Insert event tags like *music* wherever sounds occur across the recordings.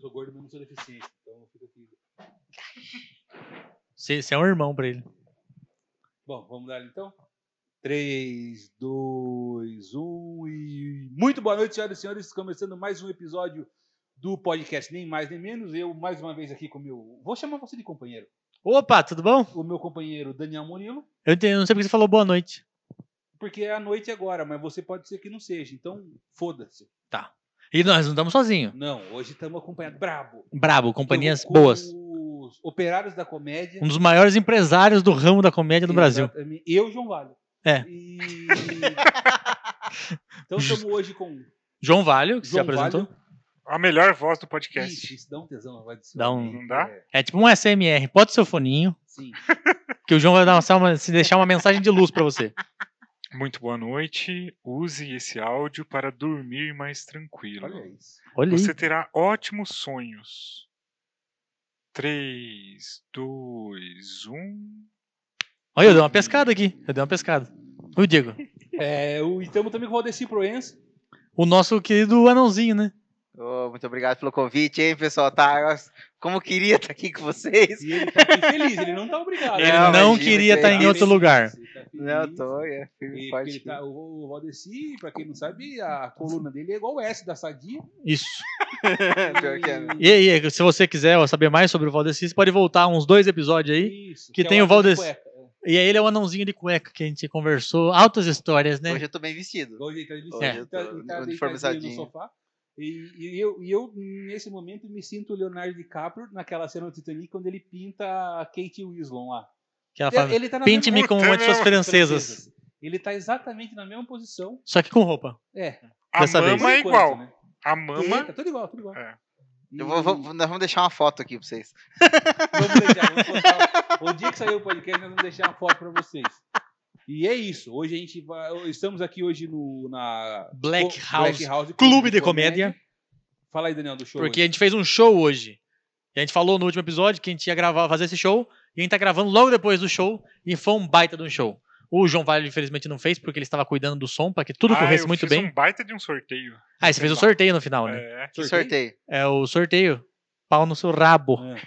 sou gordo, mas não sou deficiente. Então eu fico aqui. Você, você é um irmão pra ele. Bom, vamos dar então? 3, 2, 1 e. Muito boa noite, senhoras e senhores. Começando mais um episódio do podcast Nem Mais Nem Menos. Eu, mais uma vez, aqui com o meu. Vou chamar você de companheiro. Opa, tudo bom? O meu companheiro Daniel Murilo, Eu entendi, eu não sei porque você falou boa noite. porque é a noite agora, mas você pode ser que não seja. Então, foda-se. E nós não estamos sozinhos. Não, hoje estamos acompanhados. Brabo. Brabo, companhias Com boas. Os operários da comédia. Um dos maiores empresários do ramo da comédia do Brasil. Exatamente. Eu, João Vale. É. *laughs* E- então estamos hoje com João Valho, que se João apresentou. Vale. A melhor voz do Ixi, podcast. isso dá um tesão. Vai disso. Dá um- Não dá? É, É tipo um SMR. Pode seu foninho, *laughs* sim. que o João vai dar uma, se deixar uma mensagem de luz pra você. Muito boa noite. Use esse áudio para dormir mais tranquilo. Olha isso. *laughs* Olha aí. Você terá ótimos sonhos. 3, 2, 1. Olha, eu dei uma pescada aqui. Eu dei uma pescada. Eu digo, É, o, e estamos também com o Valdeci Proença. o nosso querido anãozinho, né? Ô, muito obrigado pelo convite, hein, pessoal. Tá, nossa, como eu queria estar aqui com vocês. E ele tá aqui feliz, ele não tá obrigado. Ele Não, não imagina, queria que estar em isso. outro lugar. Ele tá feliz. Não, eu tô, é, firme E porque e forte. ele tá- o o Valdeci, pra quem não sabe, a coluna dele é igual o S da Sadia. Isso. *laughs* Pior que *laughs* é, né? E aí, se você quiser saber mais sobre o Valdeci, você pode voltar uns dois episódios aí. Isso, Que é tem o Arthur de Valdeci. cueca. E aí ele é o anãozinho de cueca que a gente conversou. Altas histórias, né? Hoje eu tô bem vestido. Hoje ele tá de Hoje eu tá- tô ele tá deitadinho uniformizadinho. no sofá. E, e eu, e eu, nesse momento, me sinto o Leonardo DiCaprio naquela cena do Titanic, quando ele pinta a Kate Winslow lá. Que ela Ele- fala, ele tá na mesma pinte-me *laughs* mesma- como uma de suas Puta, francesas. Ele tá exatamente na mesma posição. Só que com roupa. É. A Dessa vez. mama por é enquanto, igual. né? A Tá mama. tudo igual, tudo igual. É. E- Eu vou, vou- nós vamos deixar uma foto aqui pra vocês. Vamos deixar, vamos botar- o dia que sair o podcast, nós vamos deixar uma foto pra vocês. E é isso. Hoje a gente vai. Estamos aqui hoje no, na Black Co- House House Clube de Comédia. Fala aí, Daniel, do show. Porque a hoje. gente fez um show hoje. E a gente falou no último episódio que a gente ia gravar, fazer esse show. E a gente tá gravando logo depois do show. E foi um baita de um show. O João Vale, infelizmente, não fez, porque ele estava cuidando do som, pra que tudo Ah, corresse eu muito fiz bem. um baita de um sorteio. Ah, e você fez o sorteio no final, né? É. Que sorteio. É o sorteio. Pau no seu rabo. É. É.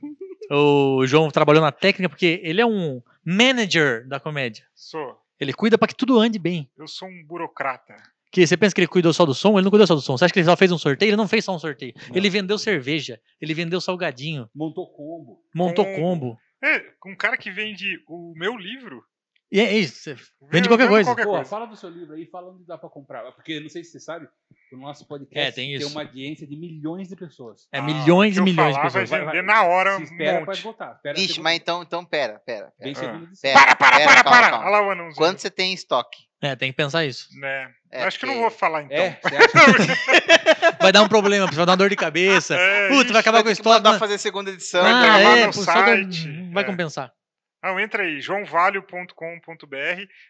*laughs* O João trabalhou na técnica porque ele é um manager da comédia. Sou. Ele cuida pra que tudo ande bem. Eu sou um burocrata. Que você pensa que ele cuidou só do som? Ele não cuidou só do som. Você acha que ele só fez um sorteio? Ele não fez só um sorteio. Não. Ele vendeu cerveja, ele vendeu salgadinho, Montou combo. montou Combo. combo. É, um cara que vende o meu livro. E é isso. Vendo qualquer coisa. qualquer Pô, coisa. fala do seu livro aí, fala onde dá pra comprar. Porque não sei se você sabe, o nosso É, podcast tem isso. uma audiência de milhões de pessoas. É Ah, milhões o e que eu milhões de falar pessoas. Vai Vai, vender vai. na hora se um espera, pode monte. voltar. Espera Vixe, segunda- mas É, então, então pera, pera. pera. Vem Ah. segunda edição. Pera. Para, para, Pera, para, calma, para. calma. Olha lá o anãozinho. Quanto você tem em estoque? É, tem que pensar isso. Né. É, Acho que eu não porque- vou falar então. É, *laughs* você acha que *laughs* Vai dar um problema, vai dar uma dor de cabeça. *laughs* É, Puta, vai acabar Vai com o ter que mandar estoque. né? fazer segunda edição. vai Ah, gravar é, pô, no só dor- site, vai é. compensar. Não, entra aí, joãovalio.com.br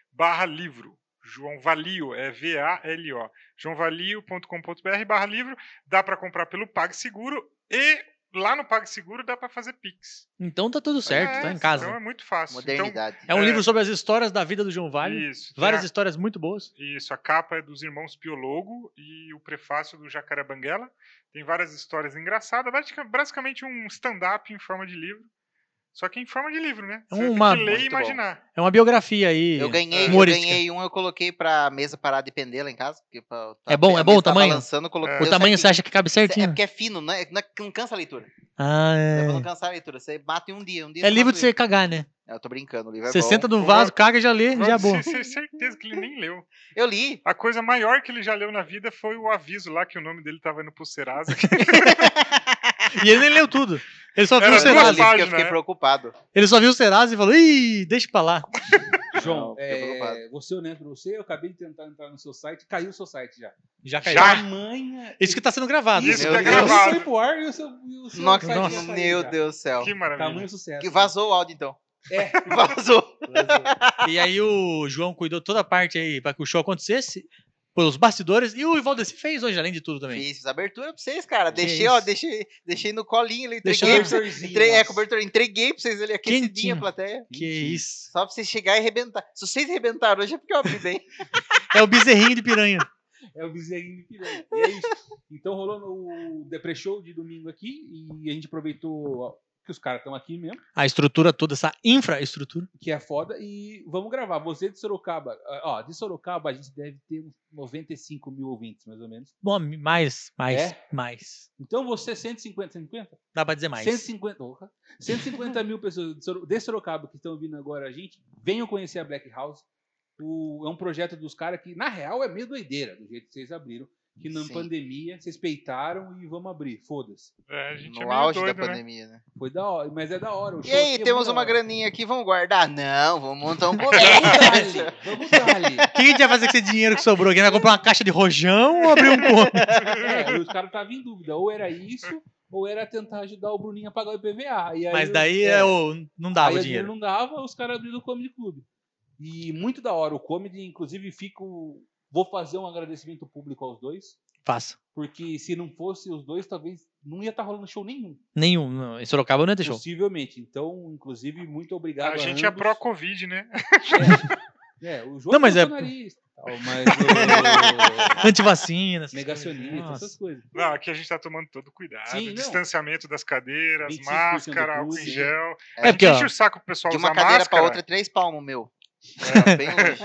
barra livro. João Valio, é V-A-L-O. joãovalio.com.br barra livro. Dá para comprar pelo PagSeguro e lá no PagSeguro dá para fazer Pix. Então tá tudo certo, É, tá em casa. Então é muito fácil. Modernidade. É um É. livro sobre as histórias da vida do João Então, Vale. isso. tem Várias a- histórias muito boas. Isso, a capa é dos irmãos Piologo e o prefácio do Jacaré Banguela. Tem várias histórias engraçadas, basica- basicamente um stand-up em forma de livro. Só que em forma de livro, né? É Você uma- tem que ler e Muito bom. imaginar. É uma biografia aí. Eu ganhei, eu humorística. ganhei um, eu coloquei pra mesa parar de pender lá em casa. porque pra- tá- É bom, é a bom mesa o tá tamanho? balançando, eu coloquei- É. O eu tamanho você sempre- acha que cabe É certinho? porque é fino, não, é, não é- não cansa a leitura. Ah, Eu não é. cansar a leitura. Você mata em um dia. Um dia É você livro de mata o você cagar, né? livro. Eu tô brincando, o livro é Você bom. senta no Vamos- vaso, caga e já lê, *laughs* já é bom. Você *laughs* tem certeza que ele nem leu. Eu li. A coisa maior que ele já leu na vida foi o aviso lá que o nome dele tava indo pro Serasa. E ele nem leu tudo. Ele só Era viu o duas Eu li Serasa. porque eu páginas, fiquei né? preocupado. Ele só viu o Serasa e falou, ih, deixa pra lá. *laughs* João, Não, fiquei preocupado. é, você honesto pra você, eu acabei de tentar entrar no seu site, caiu o seu site já. Já caiu. caiu. Já. Tamanha. Isso que tá sendo gravado. Isso Meu que é Deus. Eu gravado. fui pro ar e o seu, e o seu Nossa, site já Nossa. saiu meu já. Deus do céu. Que maravilha. Tamanho sucesso. Que vazou o áudio, então. *laughs* É. Vazou. E aí o João cuidou toda a parte aí pra que o show acontecesse, pelos bastidores. E o Valdeci fez hoje, além de tudo também. Fiz abertura pra vocês, cara. Que Deixei, ó, isso. deixei, deixei no colinho. ele Deixou Entreguei, no pra vocês- entrei, é, cobertor, entreguei pra vocês ali, aquecidinha Quentinho. a plateia. Que isso. *laughs* Só pra vocês chegarem e arrebentar. Se vocês arrebentaram hoje é porque eu abri bem. É o bezerrinho de piranha. É o vizinho de Piranga. E é isso. Então rolou no Depre Show de domingo aqui e a gente aproveitou ó, que os caras estão aqui mesmo, A estrutura toda, essa infraestrutura. que é foda, e vamos gravar. Você de Sorocaba, ó, de Sorocaba a gente deve ter uns 95 mil ouvintes, mais ou menos. Bom, mais, mais, É? mais. Então você, 150, 150? Dá pra dizer mais. 150, Porra. 150 mil pessoas de Soro- de Sorocaba que estão ouvindo agora a gente, venham conhecer a Black House. O- é um projeto dos caras que, na real, é meio doideira, do jeito que vocês abriram. Que na Sim. pandemia, vocês peitaram e vamos abrir. Foda-se. É, a gente é no meio auge doido, da né? pandemia, né? Foi da hora, mas é da hora. o E show aí, aqui é temos muito da uma hora. graninha aqui, vamos guardar? Não, vamos montar *laughs* um boteco. Vamos dar ali, vamos dar ali. O que a gente vai fazer com esse dinheiro que sobrou? Quem vai comprar uma caixa de rojão ou abrir um ponto? É, e os caras estavam em dúvida. Ou era isso, ou era tentar ajudar o Bruninho a pagar o IPVA. E aí Mas eu- daí é o- não dava Aí o a dinheiro. Não dava, os caras abriram o Comedy Club. E muito da hora. O Comedy, inclusive, fico. Vou fazer um agradecimento público aos dois. Faça. Porque se não fosse os dois, talvez não ia estar rolando show nenhum. Nenhum. não. Em Sorocaba não ia ter show. Possivelmente. Então, inclusive, muito *laughs* obrigado. A gente *laughs* é ambos. pró-Covid, né? *laughs* É, o João Não, mas é é- bolsonarista e tal, mas o- *laughs* Antivacina. essas negacionista, coisas. essas coisas. Não, aqui a gente tá tomando todo cuidado. Sim, não. distanciamento das cadeiras, 25% máscara, do álcool em clube, gel. É a porque, gente enche ó, o saco pro pessoal De usar uma cadeira pra máscara. outra, três palmos, meu. *laughs* Bem longe.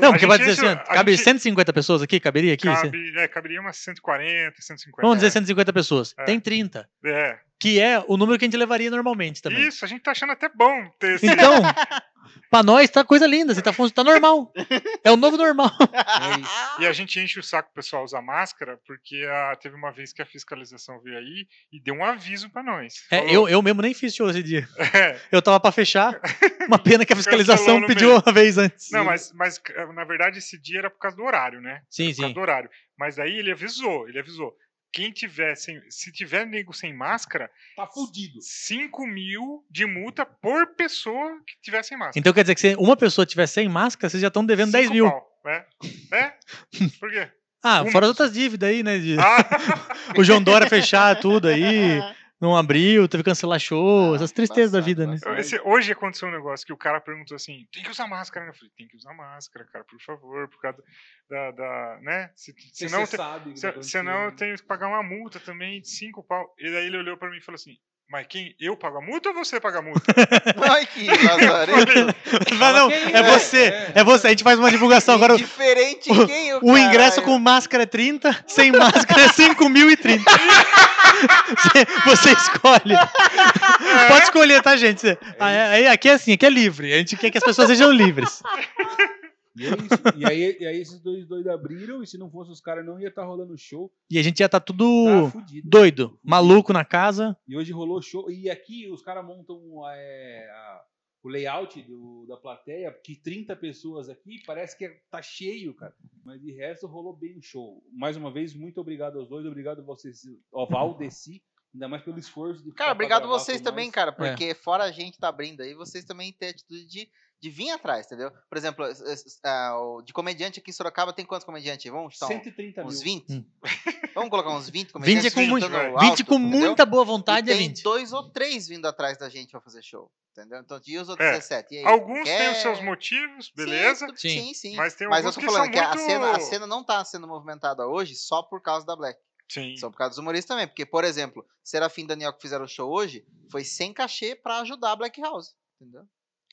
Não, porque A vai gente dizer enche- assim, a cabe gente- 150 pessoas aqui? Caberia aqui? Cabe, é, caberia umas 140, 150. Vamos dizer 150 pessoas. É. Tem 30. É. Que é o número que a gente levaria normalmente também. Isso, a gente tá achando até bom ter esse. Então, pra nós tá coisa linda. Assim, tá, fun- tá *laughs* normal. É o novo normal. É isso. *laughs* E a gente enche o saco pro pessoal usar máscara, porque ah, teve uma vez que a fiscalização veio aí e deu um aviso pra nós. É, Falou, eu, eu mesmo nem fiz show esse dia. é, Eu tava pra *laughs* fechar. Uma pena que a Cancelou fiscalização no pediu meio. uma vez antes. Não, mas, mas eh, na verdade esse dia era por causa do horário, né? Sim, Por causa sim. do horário. Mas aí ele avisou, ele avisou. Quem tiver, sem, se tiver nego sem máscara, Tá fudido. 5 mil de multa por pessoa que tiver sem máscara. Então quer dizer que se uma pessoa tiver 100 máscaras, vocês já estão devendo 10 Cinco mil. pau, né? É? Por quê? Ah, Uma fora as outras dívidas aí, né? de- Ah, *laughs* O João Dória fechar tudo *laughs* aí, não abriu, teve que cancelar show, Ah, essas tristezas da embaçado, vida, né? embaçado. esse- hoje aconteceu um negócio que o cara perguntou assim: tem que usar máscara? né? Eu falei: tem que usar máscara, cara, por favor, por causa da. da- né? Se, se não, Você te- sabe, se- né, senão eu quando você- tenho que pagar uma multa também de 5 pau. E daí ele olhou pra mim e falou assim: mas quem? Eu pago a multa ou você paga a multa? *laughs* Ai, que *laughs* lazarento. Não, não, quem é é, você, é. é você. A gente faz uma divulgação agora. o- Diferente quem O ingresso com máscara é 30, sem máscara é 5.030. Você- *laughs* Você escolhe. É. Pode escolher, tá, gente? Você- Aí aqui é assim, aqui é livre. A gente quer que as pessoas sejam livres. E, é isso. E aí, e aí esses dois doidos abriram, e se não fosse os caras, não ia estar rolando show. E a gente já tá Tá tudo fudido. doido, maluco na casa. E hoje rolou show. E aqui os caras montam é, a- o layout do- da plateia, que 30 pessoas aqui, parece que é- tá cheio, cara. Mas de resto rolou bem o show. Mais uma vez, muito obrigado aos dois, obrigado a vocês, ao Valdeci, ainda mais pelo esforço. De ficar Cara, pra obrigado gravar vocês tudo também, mais. É. cara, porque fora a gente tá abrindo aí, vocês também têm a atitude de, de vir atrás, entendeu? Por exemplo, es- es- ah, o- de comediante aqui em Sorocaba tem quantos comediantes? Vamos chutar um- 130 mil. uns 20? Hum. *laughs* Vamos colocar uns 20 comediantes? 20 com, muito, chutando alto, 20 com entendeu? muita boa E vontade é tem 20. dois ou três vindo atrás da gente pra fazer show, entendeu? Então, e os outros É, 17? E aí, Alguns quer? têm os seus motivos, Sim, beleza. tudo- Sim. Sim, sim. Mas tem Mas eu alguns tô que falando são que a, cena, a muito- cena não tá sendo movimentada hoje só por causa da Black. Sim. Só por causa dos humoristas também. Porque, por exemplo, Serafim e Daniel que fizeram o show hoje foi sem cachê pra ajudar a Black House. Entendeu?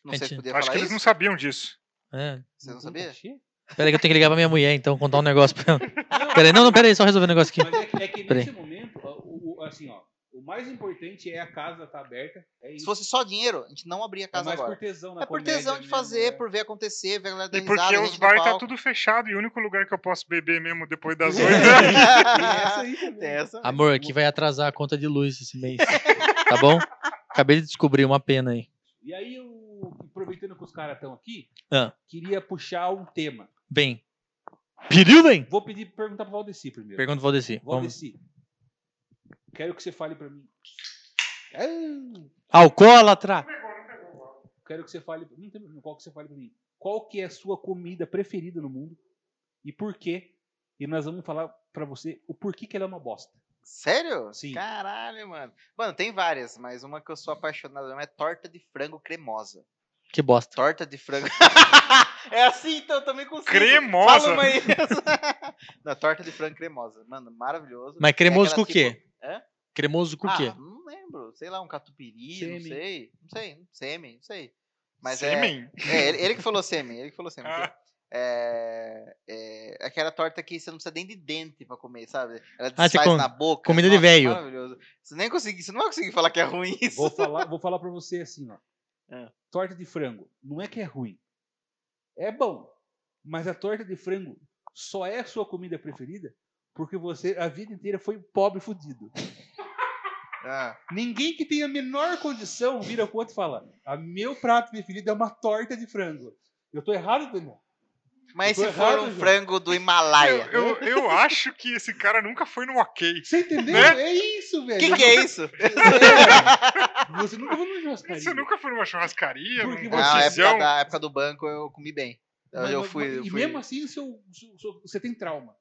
Não sei se Entendi. podia Acho falar que eles isso. não sabiam disso. É. Você não Puta, sabia? cheio. Peraí que eu tenho que ligar pra minha mulher, então, contar um negócio pra ela. Peraí, não, não, peraí, só resolver um negócio aqui. Mas é, que- é que Peraí. nesse momento, ó, o- o- assim, ó, o mais importante é a casa tá aberta. É Se isso. fosse só dinheiro, a gente não abria a é casa mais agora. por tesão na É por comédia tesão de mesmo, fazer, é. *laughs* por ver acontecer, ver a galera E dando porque risada, os gente no bar tá *laughs* palco. tudo fechado e o único lugar que eu posso beber mesmo depois *laughs* das É. oito. Tem essa aí também. Tem essa. Amor, aqui vai atrasar a conta de luz esse mês. Tá bom? Acabei de descobrir uma pena aí. E aí, eu, aproveitando que os caras estão aqui, Ah. queria puxar um tema. Bem. Pediu, bem? Vou pedir perguntar pro Valdeci primeiro. Pergunta pro Valdeci. Vamos. Valdeci, quero que você fale pra mim. Ah, Alcoólatra. Quero que você fale. Não tem problema, qual que você fale pra mim. Qual que é a sua comida preferida no mundo e por quê? E nós vamos falar pra você o porquê que ela é uma bosta. Sério? Sim. Caralho, mano. Mano, tem várias, mas uma que eu sou apaixonado mesmo é torta de frango cremosa. Que bosta. Torta de frango. *laughs* é assim, então eu também consigo. Cremosa. Fala uma aí. *laughs* Não, torta de frango cremosa. Mano, maravilhoso. Mas cremoso É com o aquela quê? Hã? Cremoso com o ah, quê? não lembro. Sei lá, um catupiry, não Sêmen. sei. Não sei, um sêmen, não sei. Mas é- Sêmen? é, ele, ele que falou sêmen, ele que falou sêmen. Ah. É, é aquela torta que você não precisa nem de dente pra comer, sabe? Ela Ah, você desfaz com- na boca. comida de Nossa, véio. Maravilhoso. Você nem consegui, você não vai conseguir falar que é ruim isso. Vou falar, vou falar pra você assim, ó. É. Torta de frango. Não é que é ruim. É bom. Mas a torta de frango só é a sua comida preferida porque você a vida inteira foi pobre fudido. Ah, Ninguém que tem a menor condição vira pro outro e fala: "A meu prato preferido é uma torta de frango". Eu tô errado, Daniel? Mas Eu se tô for errado, um Ju. frango do Eu, Himalaia. eu, né? eu acho que esse cara nunca foi no ok. Você entendeu? Né? É isso, O velho. que, é? que é isso? Você nunca vai numa churrascaria. Você nunca foi numa churrascaria, Porque você- num Não, a época, cozizão? da, a época do banco eu comi bem. Eu, Mas- eu mas- fui. eu E fui- mesmo assim, o seu- seu- seu- você tem *laughs* trauma.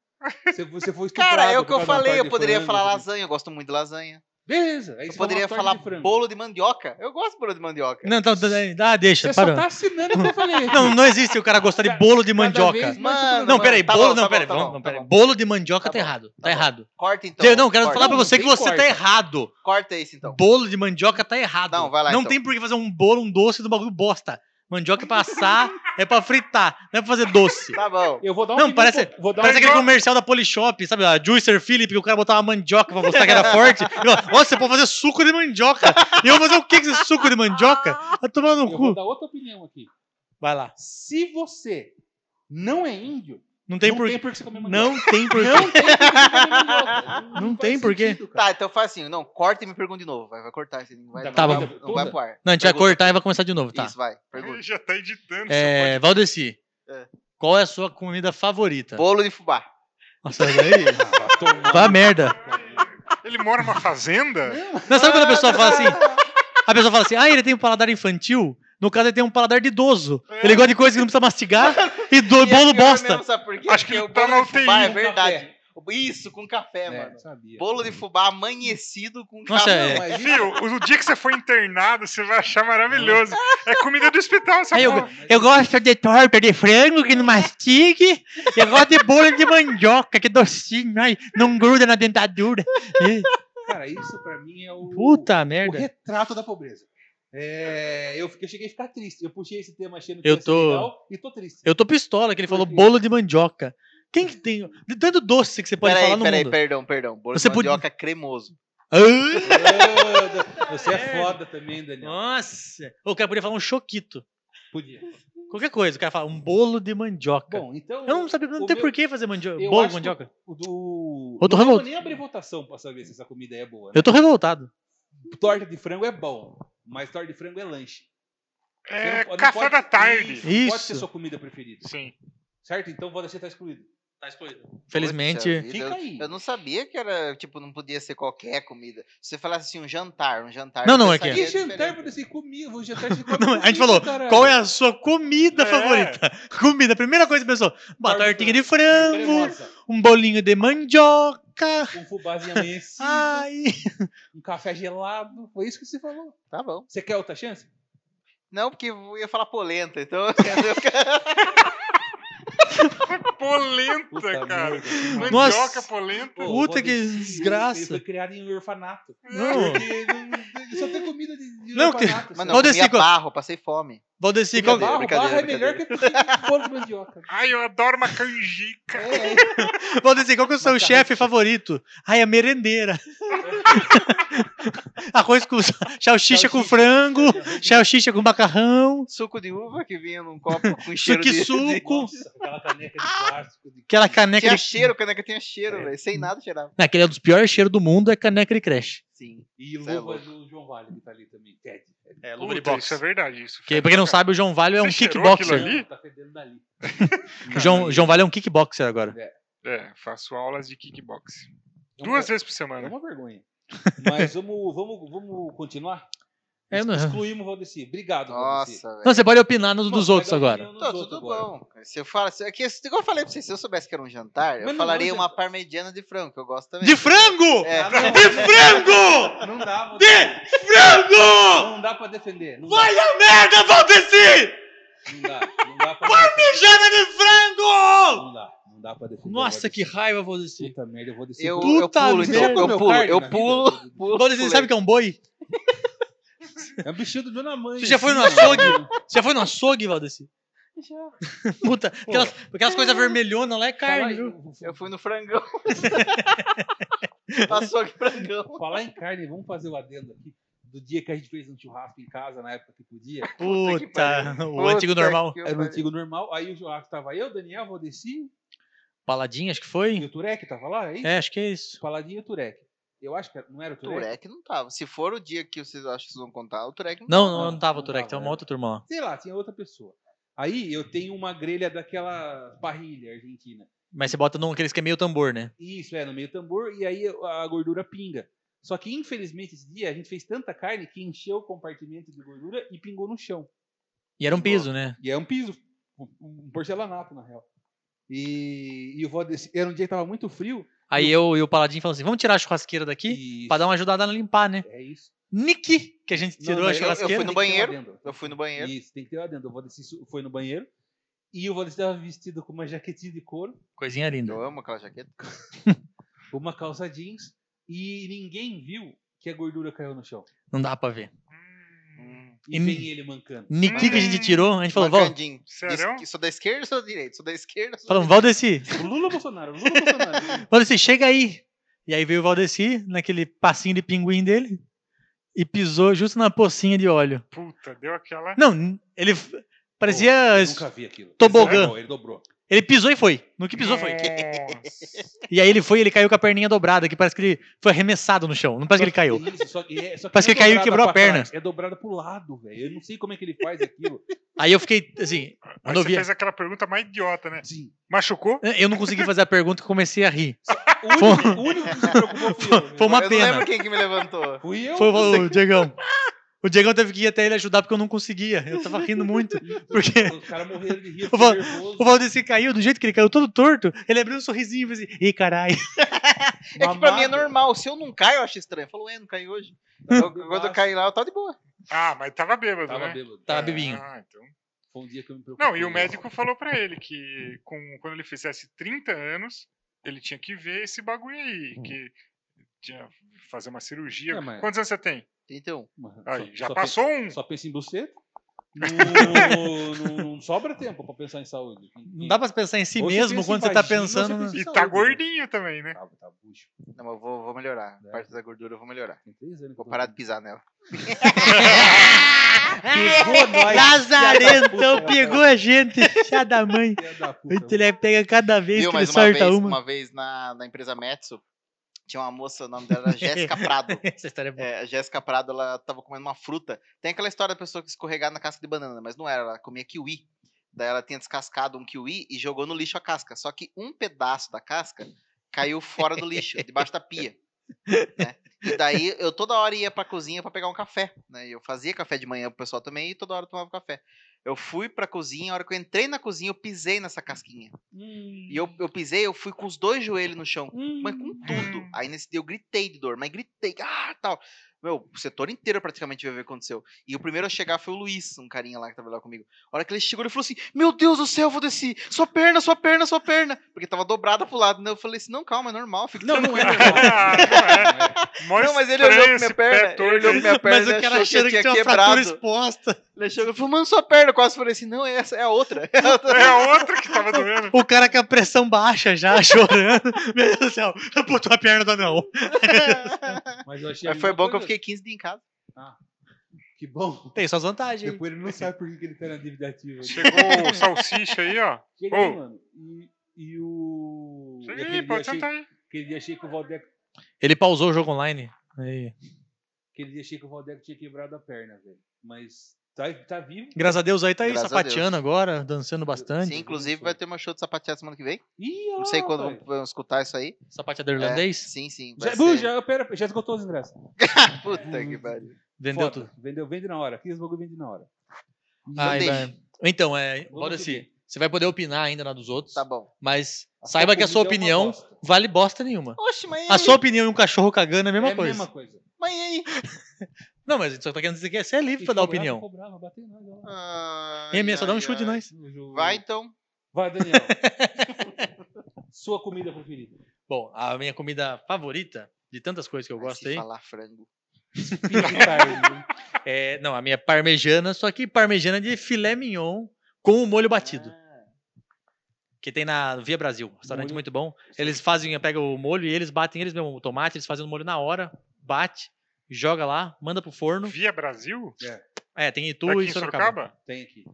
Você, você foi estuprado. Cara, é o por que eu causa de uma falei. torta Eu de poderia frango, falar você- lasanha, eu gosto muito de lasanha. Beleza. Aí Eu você poderia fala uma torta falar de frango. bolo de mandioca. Eu gosto de bolo de mandioca. Não, então, ah, deixa, Você só parou. tá assinando o que eu falei. Não, não existe o cara gostar de bolo de mandioca. vez mais- Mano, Não, mano, peraí, tá bolo, bom, não, tá peraí, bom, tá vamos- bom, não, tá peraí. bom. Bolo de mandioca Tá tá, bom, errado, tá, bom. errado. Corta então. Eu não, quero corta. falar pra Não, você que ninguém você tá corta. errado. Corta esse então. Bolo de mandioca tá errado. Não, vai lá, então. tem por que fazer um bolo, um doce do bagulho bosta. Mandioca é pra assar, é pra fritar, não é pra fazer doce. Tá bom. Eu vou dar um Não, opinião parece- po- vou dar um Parece uma aquele opinião- comercial da Polishop, sabe? A Juicer Philip, que o cara botava mandioca pra mostrar que era forte. E falava, Nossa, você pode fazer suco de mandioca. E eu vou fazer o que com esse suco de mandioca? Vai tomar no Eu vou cu. dar outra opinião aqui. Vai lá. Se você não é índio, Não tem não por tem por que você comer mandioca. Não tem por Não quê. tem por que você comer *laughs* mandioca. Não faz tem por quê. sentido, cara. Tá, então faz assim. Não, corta e me pergunta de novo. Vai, vai cortar esse. Não vai, Tá não, bom. vai- não vai pro ar. Não, a gente vai Pergunta. cortar e vai começar de novo, tá? Isso, vai. Pergunta. Ele já tá editando. seu É, Valdeci, É. qual é a sua comida favorita? Bolo de fubá. Nossa, daí... Ah, vai tomar- Vá merda. podcast. Ele mora numa *laughs* fazenda? Não, sabe quando a pessoa fala assim? A pessoa fala assim, ah, ele tem um paladar infantil? No caso, ele tem um paladar de idoso. Ele gosta de coisa que não precisa *laughs* mastigar e do É. E é bolo pior bosta. mesmo, sabe por quê? Acho que Porque ele tá o bolo na de fubá é UTI. verdade. Isso, com café, É, mano. sabia. Bolo de fubá amanhecido com Nossa, café. é. Não, mas Fio, o dia que você for internado, você vai achar maravilhoso. É comida do hospital, Tá essa Aí eu, porra. eu gosto de torta de frango É. que não mastigue. Eu gosto de bolo de mandioca, que docinho. Ai, não gruda na dentadura. Ih, Cara, isso pra mim é o. Puta o merda. retrato da pobreza. É, eu, fiquei- eu cheguei a ficar triste. Eu puxei esse tema achando que Eu ia ser tô- legal e tô triste. Eu tô pistola que ele falou Por quê? bolo de mandioca. Quem que tem? De tanto doce que você pode falar Peraí, no peraí, mundo. perdão, perdão. Bolo Você de podia- mandioca é cremoso. Ah, Ô, Você é foda também, Daniel. Nossa. O cara podia falar um choquito. Podia. Qualquer coisa. O cara fala um bolo de mandioca. Bom, então. eu não sabia, não o tem meu- por que fazer mandioca, eu bolo acho de mandioca. O do. Eu tô não vou revoltado. nem abrir votação pra saber se essa comida é boa. né? Eu tô revoltado. Torta de frango é bom, mas torta de frango é lanche. Você É não- não café pode- da tarde. Isso, não Pode Isso. ser sua comida preferida. Sim. Certo? Então você tá excluído. Tá excluído. Felizmente. Puxa vida, Fica eu- aí. Eu não sabia que era, tipo, não podia ser qualquer comida. Se você falasse assim, um jantar, um jantar. Não, eu não, é pensaria Que diferente. jantar você comia? Vou jantar de Não, a gente falou, qual é a sua comida É. favorita? *laughs* Comida, a primeira coisa que pensou, uma Torta de tortinha de frango, Cremosa, um bolinho de mandioca, um fubazinho amanhecido, ai, um café gelado. Foi isso que você falou. Tá bom. Você quer outra chance? Não, porque eu ia falar polenta, então. é Polenta, Puta cara. merda, que Mandioca, Nossa. polenta. Ô, Puta que Valdeci, desgraça. Ele foi criado em um orfanato. Não. Porque não- só tem comida de, de Não, que- orfanato. Mano, sabe? eu Valdeci, comia qual- barro, passei fome. Valdeci, Comida qual, Brincadeira, barro, barro é brincadeira, melhor que que bolo de *laughs* mandioca. Ai, eu adoro uma canjica. É, Valdeci, qual que é o seu Macarrão. chefe favorito? Ai, a merendeira. Arroz com salsicha com Salsicha. frango, salsicha com macarrão, Suco de uva que vinha num *laughs* copo com Um cheiro de... suco-suco, Nossa, aquela caneca de plástico. De... aquela de- caneca Tinha de... cheiro, caneca tinha É. cheiro, velho. Sem nada cheirava. Não, aquele é um dos piores cheiros do mundo, é caneca de creche. Sim. E Cê é luva do João Vale que tá ali também. Ted. É, Puta, isso é verdade, isso. Que, pra quem não sabe, o João Vale é Você um cheirou kickboxer. aquilo ali? Tá fedendo dali. O *laughs* João, João Vale é um kickboxer agora. É, faço aulas de kickbox. É uma- Duas vezes por É semana. uma vergonha. Mas vamos, vamos, vamos continuar? É, não. Excluímos o Valdeci. Obrigado, Valdeci. Nossa, Não, velho. você pode opinar nos dos Pô, outros pega a agora. opinião dos Tô, outros tudo agora. bom. cara. Se eu falo, se, é que, igual eu falei pra vocês, se eu soubesse que era um jantar, Mas eu não falaria é um uma parmegiana de frango, que eu gosto também. De frango! É. Ah, não. De frango! Não dá, Valdeci. De frango! Não dá pra defender. Não Vai a merda, Valdeci! dá. Não dá. Não dá pra defender. Mijada de frango! Não dá. Não dá pra defender. Nossa, que raiva, Valdeci. Puta merda, eu vou descer. Eu, pro- eu Puta pulo, então, merda, eu meu pulo, card eu na *laughs* pulo, vida. pulo. Valdeci, pulei. sabe que é um boi? É um bichinho do Dona Mãe. Tu já foi no assim, açougue? mano. Você já foi no açougue, Valdeci? *laughs* Já. Puta, aquelas, aquelas coisas vermelhonas lá é Falar carne, viu? em- Eu fui *laughs* no frangão. Passou aqui frangão. Falar em carne, vamos fazer o adendo aqui. Do dia que a gente fez um churrasco em casa, na época que podia. Puta que Puta, o antigo Puta normal. que eu Era o pariu. antigo normal. Aí o churrasco tava eu, Daniel, Valdeci Paladinha, acho que e foi? o Turek tava lá, é isso? É, acho que é isso. Paladinho e o Turek. Eu acho que era- não era o Turek. Turek não tava. Se for o dia que vocês acham que vocês vão contar, o Turek não Não, Não, não, não tava, não Ah, Turek, tava, tava é. uma outra turma lá. Sei lá, tinha outra pessoa. Aí eu tenho uma grelha daquela parrilha argentina. Mas você bota num aqueles que é meio tambor, né? Isso, é, no meio tambor, e aí a gordura pinga. Só que, infelizmente, esse dia a gente fez tanta carne que encheu o compartimento de gordura e pingou no chão. E era um Boa. piso, né? E é um piso, um- um porcelanato, na real. E, e eu vou descer. Era um dia que tava muito frio. Aí eu e o Paladinho falamos assim: vamos tirar a churrasqueira daqui e pra dar uma ajudada na limpar, né? É isso. Nick, que a gente Não, tirou não, eu- a eu fui churrasqueira. Tem no que ter um banheiro, adendo. Eu fui no banheiro. Isso, tem que ter um adendo. O Valdeci su- foi no banheiro. E o Valdeci estava vestido com uma jaquetinha de couro, Coisinha linda. Eu amo aquela jaqueta. uma calça jeans. E ninguém viu que a gordura caiu no chão. Não dá pra ver. Hum, E E vem ni- ele mancando. Niki que a Hum, gente tirou, a gente falou, Val, Mancandinho. Serão? Diz que Sou da esquerda ou sou da direita? Sou da esquerda ou sou falamos, da direita? Valdeci, O Lula Bolsonaro, o Lula *laughs* Bolsonaro. Valdeci, chega aí. E aí veio o Valdeci, naquele passinho de pinguim dele, e pisou justo na pocinha de óleo. Puta, deu aquela. Não, n- ele f- parecia. Eu nunca vi aquilo. Tobogã. Ele dobrou, Ele dobrou. Ele pisou e foi. No que pisou foi. Nossa. E aí ele foi, ele caiu com a perninha dobrada, que parece que ele foi arremessado no chão. Não parece que ele caiu. Isso, só que é- só Parece não que caiu e dobrada quebrou a pra trás, perna. É dobrada pro lado, velho. Eu não sei como é que ele faz *laughs* aquilo. Aí eu fiquei assim, Aí quando eu você vi. fez aquela pergunta mais idiota, né? Sim. Machucou? Eu não consegui fazer a pergunta que comecei a rir. O único, o único que se preocupou foi eu. né? Foi uma eu pena. não lembro quem que *laughs* me levantou. Fui eu. Foi o, o Diegão. O Diegão teve que ir até ele ajudar porque eu não conseguia. Eu tava rindo muito. Porque Os caras morreram de rir, O Val- fiquei nervoso. o Valdeci caiu do jeito que ele caiu, todo torto. Ele abriu um sorrisinho e falou assim: Ih, caralho. É que pra mim é Mamado. normal. Se eu não caio, eu acho estranho. Falou, ué, não caí hoje. Eu- quando eu caí lá, eu tava de boa. Ah, mas tava bêbado, Tava né? bêbado. É. Tava bebinho. Ah, então. Foi um dia que eu me preocupei. Não, e o médico falou pra ele que com, quando ele fizesse 30 anos, ele tinha que ver esse bagulho aí, que tinha que fazer uma cirurgia. É, mas- Quantos anos você tem? 31. Mano, só- Aí, já só passou pe- um. Só pensa em buceta. *laughs* Não, não- não sobra tempo pra pensar em saúde. Não dá pra pensar em si Ou você mesmo pensa quando em você tá vagina, ou você pensando. pensa na- em E saúde, tá né? gordinho também, né? Tá, tá bucho. Não, mas eu vou, vou melhorar. É. A parte da gordura eu vou melhorar. Tem três anos que eu Vou tô- parar de pisar nela. *laughs* Pegou nós. Lazarento, Filha da puta. Então pegou a gente, chá da mãe. Filha da *laughs* puta. Então ele pega cada vez Viu? que ele Mas uma sorta vez, uma. uma. vez na, na empresa Metsu, tinha uma moça, o nome dela era Jéssica Prado. Essa história é boa. É, a Jéssica Prado, ela tava comendo uma fruta. Tem aquela história da pessoa que escorregava na casca de banana, mas não era, ela comia kiwi. Daí ela tinha descascado um kiwi e jogou no lixo a casca. Só que um pedaço da casca caiu fora do lixo, debaixo da pia. né? E daí eu toda hora ia pra cozinha pra pegar um café. Né? Eu fazia café de manhã pro pessoal também e toda hora eu tomava café. Eu fui pra cozinha, a hora que eu entrei na cozinha, eu pisei nessa casquinha. Hum, E eu, eu pisei, eu fui com os dois joelhos no chão hum. mas com tudo. Aí nesse dia eu gritei de dor, mas gritei, ah, tal. Meu, o setor inteiro praticamente veio ver o que aconteceu. E o primeiro a chegar foi o Luiz, um carinha lá que trabalhava comigo. A hora que ele chegou, ele falou assim: Meu Deus do céu, eu vou descer, sua perna, sua perna, sua perna. Porque tava dobrada pro lado. Né? Eu falei assim: Não, calma, é normal, fica Não, *laughs* *laughs* não é tranquilo." normal. Não é. Ah, Mó Não, mas ele estranho olhou pra esse minha pé perna, ele olhou pra torto. minha Mas perna, o cara ele achou que eu achando que tinha tinha uma fratura quebrado. exposta. Ele chegou e falou, mano, sua perna, eu quase falei assim, não, essa é a outra. *laughs* É a *laughs* outra. É a outra que tava doendo. O cara com a pressão baixa já, *laughs* chorando. Meu Deus do céu, botou a perna do anão. *laughs* Mas eu achei a Mas foi mesma bom que eu coisa. fiquei 15 dias em casa. Que bom. Tem suas vantagens. hein? Depois ele não sabe por que que ele tá na dívida ativa. Chegou o salsicha aí, ó. Cheguei, Ô. mano. E, e o. e aquele Ih, dia pode achei- sentar aí. Aquele dia achei que o Valdeco. Ele pausou o jogo online. Aí. Aquele dia achei que o Valdeco tinha quebrado a perna, velho. Mas Tá, tá vivo. Graças a Deus aí tá aí Graças a sapateando Deus. agora, dançando bastante. Sim, inclusive vai ter uma show de sapateado semana que vem. Ih, Não sei ó, quando rapaz. vão- vão escutar isso aí. Sapateador irlandês. Sim, sim. vai Já, é bu, ser- já, pera, já esgotou os ingressos. Puta que pariu. Vendeu Foda. tudo. Vendeu, vende na hora. Aqui os bagulho vende na hora. Ai, deixe. vai. Então, é, Vamos bora se seguir. você vai poder opinar ainda na dos outros, Tá bom. mas saiba que a sua comida é uma opinião bosta. vale bosta nenhuma. Oxe, mas A sua opinião e um cachorro cagando é a mesma é coisa. a mesma coisa. Mas e aí? Não, mas a gente só tá querendo dizer que você é livre pra dar né? opinião. Ai, Ei, minha, só dá um ai, chute ai. em nós. Vai então. Vai, Daniel. *laughs* Sua comida preferida. Bom, a minha comida favorita, de tantas coisas que eu Vai gosto se aí, falar frango. Pique carne. é. Não, a minha parmejana, só que parmejana de filé mignon com o molho batido. Ah, Que tem na Via Brasil. Restaurante Molho- muito bom. Eles fazem, pegam o molho e eles batem eles mesmo, o tomate, eles fazem o molho na hora, bate, joga lá, manda pro forno. Via Brasil? É, tem Itu Daqui e em Sorocaba. Sorocaba? Tem aqui.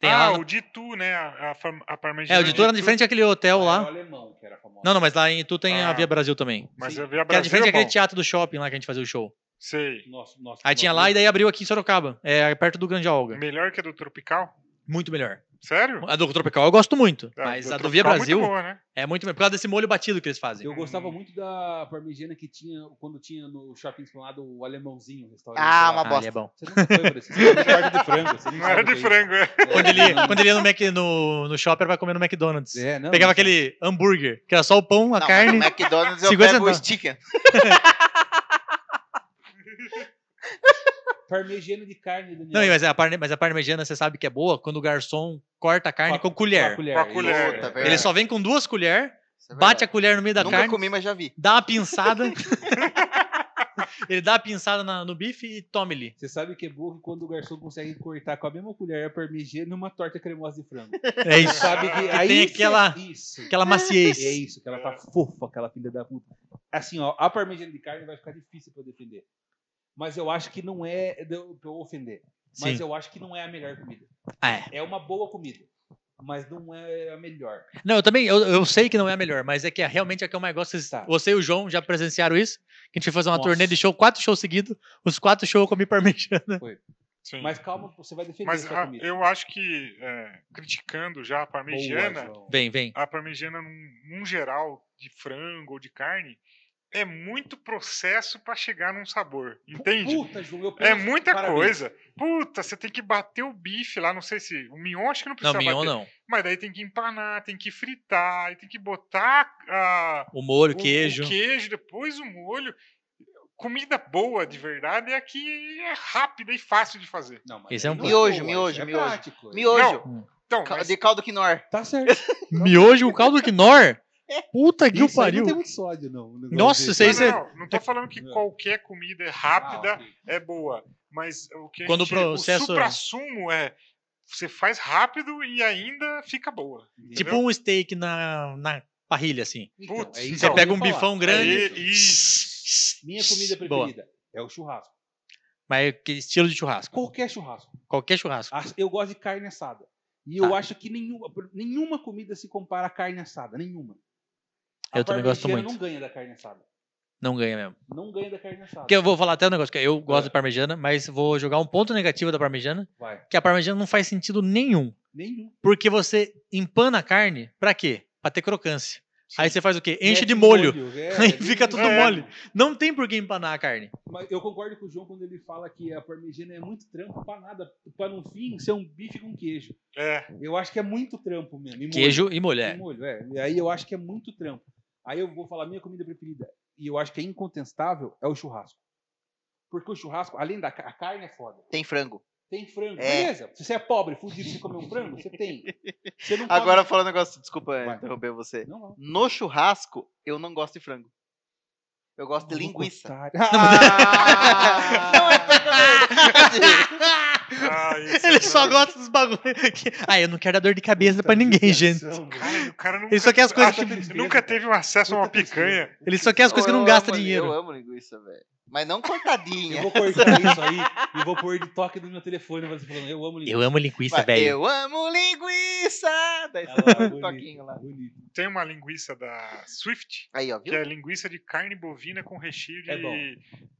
Tem ah, lá. o de Tu, né? A, a, fam- a É, parmegiana. o de Itu era de frente àquele hotel Ah, era o lá. alemão que era famoso. Não, não, mas lá em Itu tem a é, Ah. Via Brasil também. Mas Sim. a Via Que era de Brasil frente é àquele bom. teatro do shopping lá que a gente fazia o show. Sei. Nosso, nosso, Aí tinha nosso- lá e daí abriu aqui em Sorocaba. É perto do Grande Olga. Melhor que a do Tropical? Muito melhor. Sério? A do Tropical eu gosto muito. É, mas a do Tropical Via é muito Brasil boa, né? é muito melhor. Por causa desse molho batido que eles fazem. Eu gostava muito da parmegiana que tinha, quando tinha no shopping esplanado o alemãozinho, o restaurante. lá. Ah, uma Ah, ele bosta. é bom. Você nunca foi por esse. Você não era de frango. Você Não era de frango, é. Quando ele, quando ele ia no, Mac, no, no shopping, ele vai comer no McDonald's. É, não, Pegava não. aquele hambúrguer, que era só o pão, a Não, é mas carne. no McDonald's eu 50 pego o é. centavos. sticker. Parmegiana de carne, Daniel. Não, mas é a, parme, mas a parmegiana você sabe que é boa quando o garçom corta a carne Com com, a- colher. É. Com a colher. Puta, Ele Ele verdade. só vem com duas colheres, Isso é bate a verdade. colher no meio da Nunca carne, comi, mas já vi. dá uma *laughs* pinçada. ele dá a pinçada na- no bife e tome-lhe. Você sabe que é burro quando o garçom consegue cortar com a mesma colher a parmegiana numa torta cremosa de frango. É Você isso. sabe que, Que aí tem cê- aquela- Isso. Aquela maciez. É isso, que ela tá fofa, aquela filha da puta. Assim, ó, a parmegiana de carne vai ficar difícil pra eu defender. Mas eu acho que não é. Pra eu ofender. Mas Sim. eu acho que não é a melhor comida. Ah, é. É uma boa comida. Mas não é a melhor. Não, eu também, eu, eu sei que não é a melhor, mas é que é realmente a que eu mais gosto. Vocês- Tá. Você e o João já presenciaram isso? Que a gente foi fazer uma Nossa. turnê de show, quatro shows seguidos. Os quatro shows eu comi parmegiana. Sim. Mas calma, você vai defender Mas a ah, sua comida. eu acho que, é, criticando já a parmegiana, Boa, João. Vem, vem. a parmegiana, num, num geral, de frango ou de carne, é muito processo para chegar num sabor. Entende? Puta, João, eu É penso- muita parabéns. coisa. Puta, você tem que bater o bife lá, não sei se. O mignon acho que não Não, precisa mignon bater. não. Mas daí tem que empanar, tem que fritar, aí tem que botar a, O molho, queijo. o queijo, depois o molho. Comida boa de verdade é a que é rápida e fácil de fazer. Não, mas Esse é um aí não ponto. boa, Miojo, miojo, isso é miojo. prático, isso. Miojo. Então, ca- mas De caldo quinoa. Tá certo. Miojo, o caldo quinor. *laughs* Puta *laughs* que o Isso aí não tem pariu. muito sódio, não. um negócio Nossa, desse. isso aí não, você- não, não, não é tô falando que qualquer comida é rápida, Ah, ok. é boa. Mas o que a Quando o gente, processo- o supra-sumo é você faz rápido e ainda fica boa. Tipo um steak na, na parrilha, assim. Então, Putz, é isso você que eu pega ia um falar. bifão É grande. isso. Minha comida Boa. preferida é o churrasco. Mas é que estilo de churrasco. Qualquer churrasco. Qualquer churrasco. As- Eu gosto de carne assada. E Tá. eu acho que nenhuma, nenhuma comida se compara à carne assada. Nenhuma. A Eu também gosto parmegiana muito. não ganha da carne assada. Não ganha mesmo. Não ganha da carne assada. Porque eu vou falar até um negócio, que eu gosto É. de parmegiana, mas vou jogar um ponto negativo da parmegiana, Vai. que a parmegiana não faz sentido nenhum. Nenhum. Porque você empana a carne pra quê? Pra ter crocância. Aí você faz o quê? Enche Mete de um molho. é, *laughs* é Aí fica bem- tudo é. mole. Não tem por que empanar a carne. Mas eu concordo com o João quando ele fala que a parmegiana é muito trampo pra nada. Pra no fim ser um bife com queijo. É, Eu acho que é muito trampo mesmo. e molho. Queijo e E mulher. molho, é. E Aí eu acho que é muito trampo. Aí eu vou falar minha comida preferida, e eu acho que é incontestável, é o churrasco. Porque o churrasco, além da ca- a carne é foda. Tem frango. Tem frango, É. beleza. Se você é pobre, fudido, você comeu um frango, você tem. Você não come- Agora falando um negócio, desculpa Vai. interromper você. Não, não. No churrasco, eu não gosto de frango. Eu gosto de linguiça. Otário. Ah! *laughs* não é verdade. ah, esse *laughs* é Ele só verdade. gosta dos bagulhos. Ah, eu não quero dar dor de cabeça *laughs* pra ninguém, gente. Cara, o cara nunca, Ele só quer as coisas Puta que. tristeza, nunca teve um acesso a uma Puta tristeza. picanha. Ele só quer as coisas que Eu não gasta amo- Eu dinheiro. amo linguiça, velho. Mas não Eu cortadinha. vou cortar isso aí e vou pôr de toque no meu telefone você falando, eu amo Eu amo linguiça, Vai, velho. Eu amo linguiça. Daí um Olha Tá lá, é *laughs* toquinho lá. bonito. Você tem uma linguiça da Swift, Aí, ó, que viu? é linguiça de carne bovina com recheio de, É bom.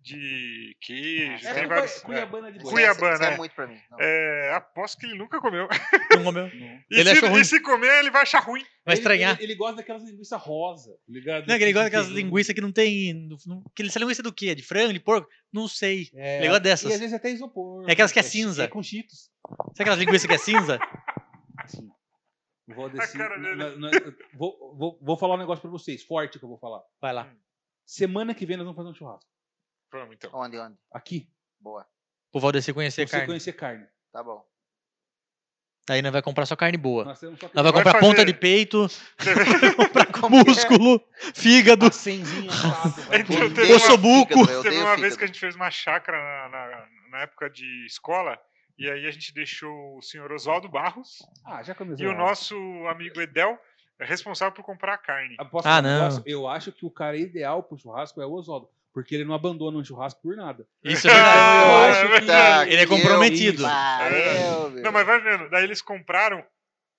de queijo. É tem bom, vários. é. Cuiabana de Isso boa. é- Cuiabana, isso é é. muito pra mim. Não. É, aposto que ele nunca comeu. Não comeu. Não. E, Ele se, achou ruim. e se comer, ele vai achar ruim. Ele- Vai estranhar. Ele, ele gosta daquelas linguiças rosa, tá ligado? Tipo, Não, que ele gosta daquelas Que- linguiças que não tem. não- Que ele- essa linguiça é do quê? De frango, de porco? Não sei. É, Ele gosta dessas. E às vezes até isopor. É aquelas que é chi- cinza. É com cheetos. Sabe aquelas linguiças que é cinza? Assim. Vou descer. cara dele. na- na- eu vou, vou, vou falar um negócio pra vocês, forte que eu vou falar. Vai lá. Semana que vem nós vamos fazer um churrasco. Vamos então. Onde, onde? Aqui. Boa. Pro Valdeci conhecer Pra você é carne. conhecer carne. Tá bom. Daí nós vai comprar só carne boa. Nós temos só que. Nós vai Vai comprar ponta fazer- de peito, vai comprar músculo, fígado. Senzinho *laughs* assado. vai Então, pôr- tem Odeio ossobuco. fígado, eu Teve odeio uma vez fígado. que a gente fez uma chácara na, na- na época de escola, e aí a gente deixou o senhor Oswaldo Barros Ah, já começou. e o nosso amigo Edel é responsável por comprar a carne. Ah, posso Ah, falar um não. negócio? Eu acho que o cara ideal pro churrasco é o Oswaldo. Porque ele não abandona um churrasco por nada. Isso é verdade. eu Ah, acho que- Tá, Ele é que eu- comprometido. Valeu, meu. É. Não, mas vai vendo, daí eles compraram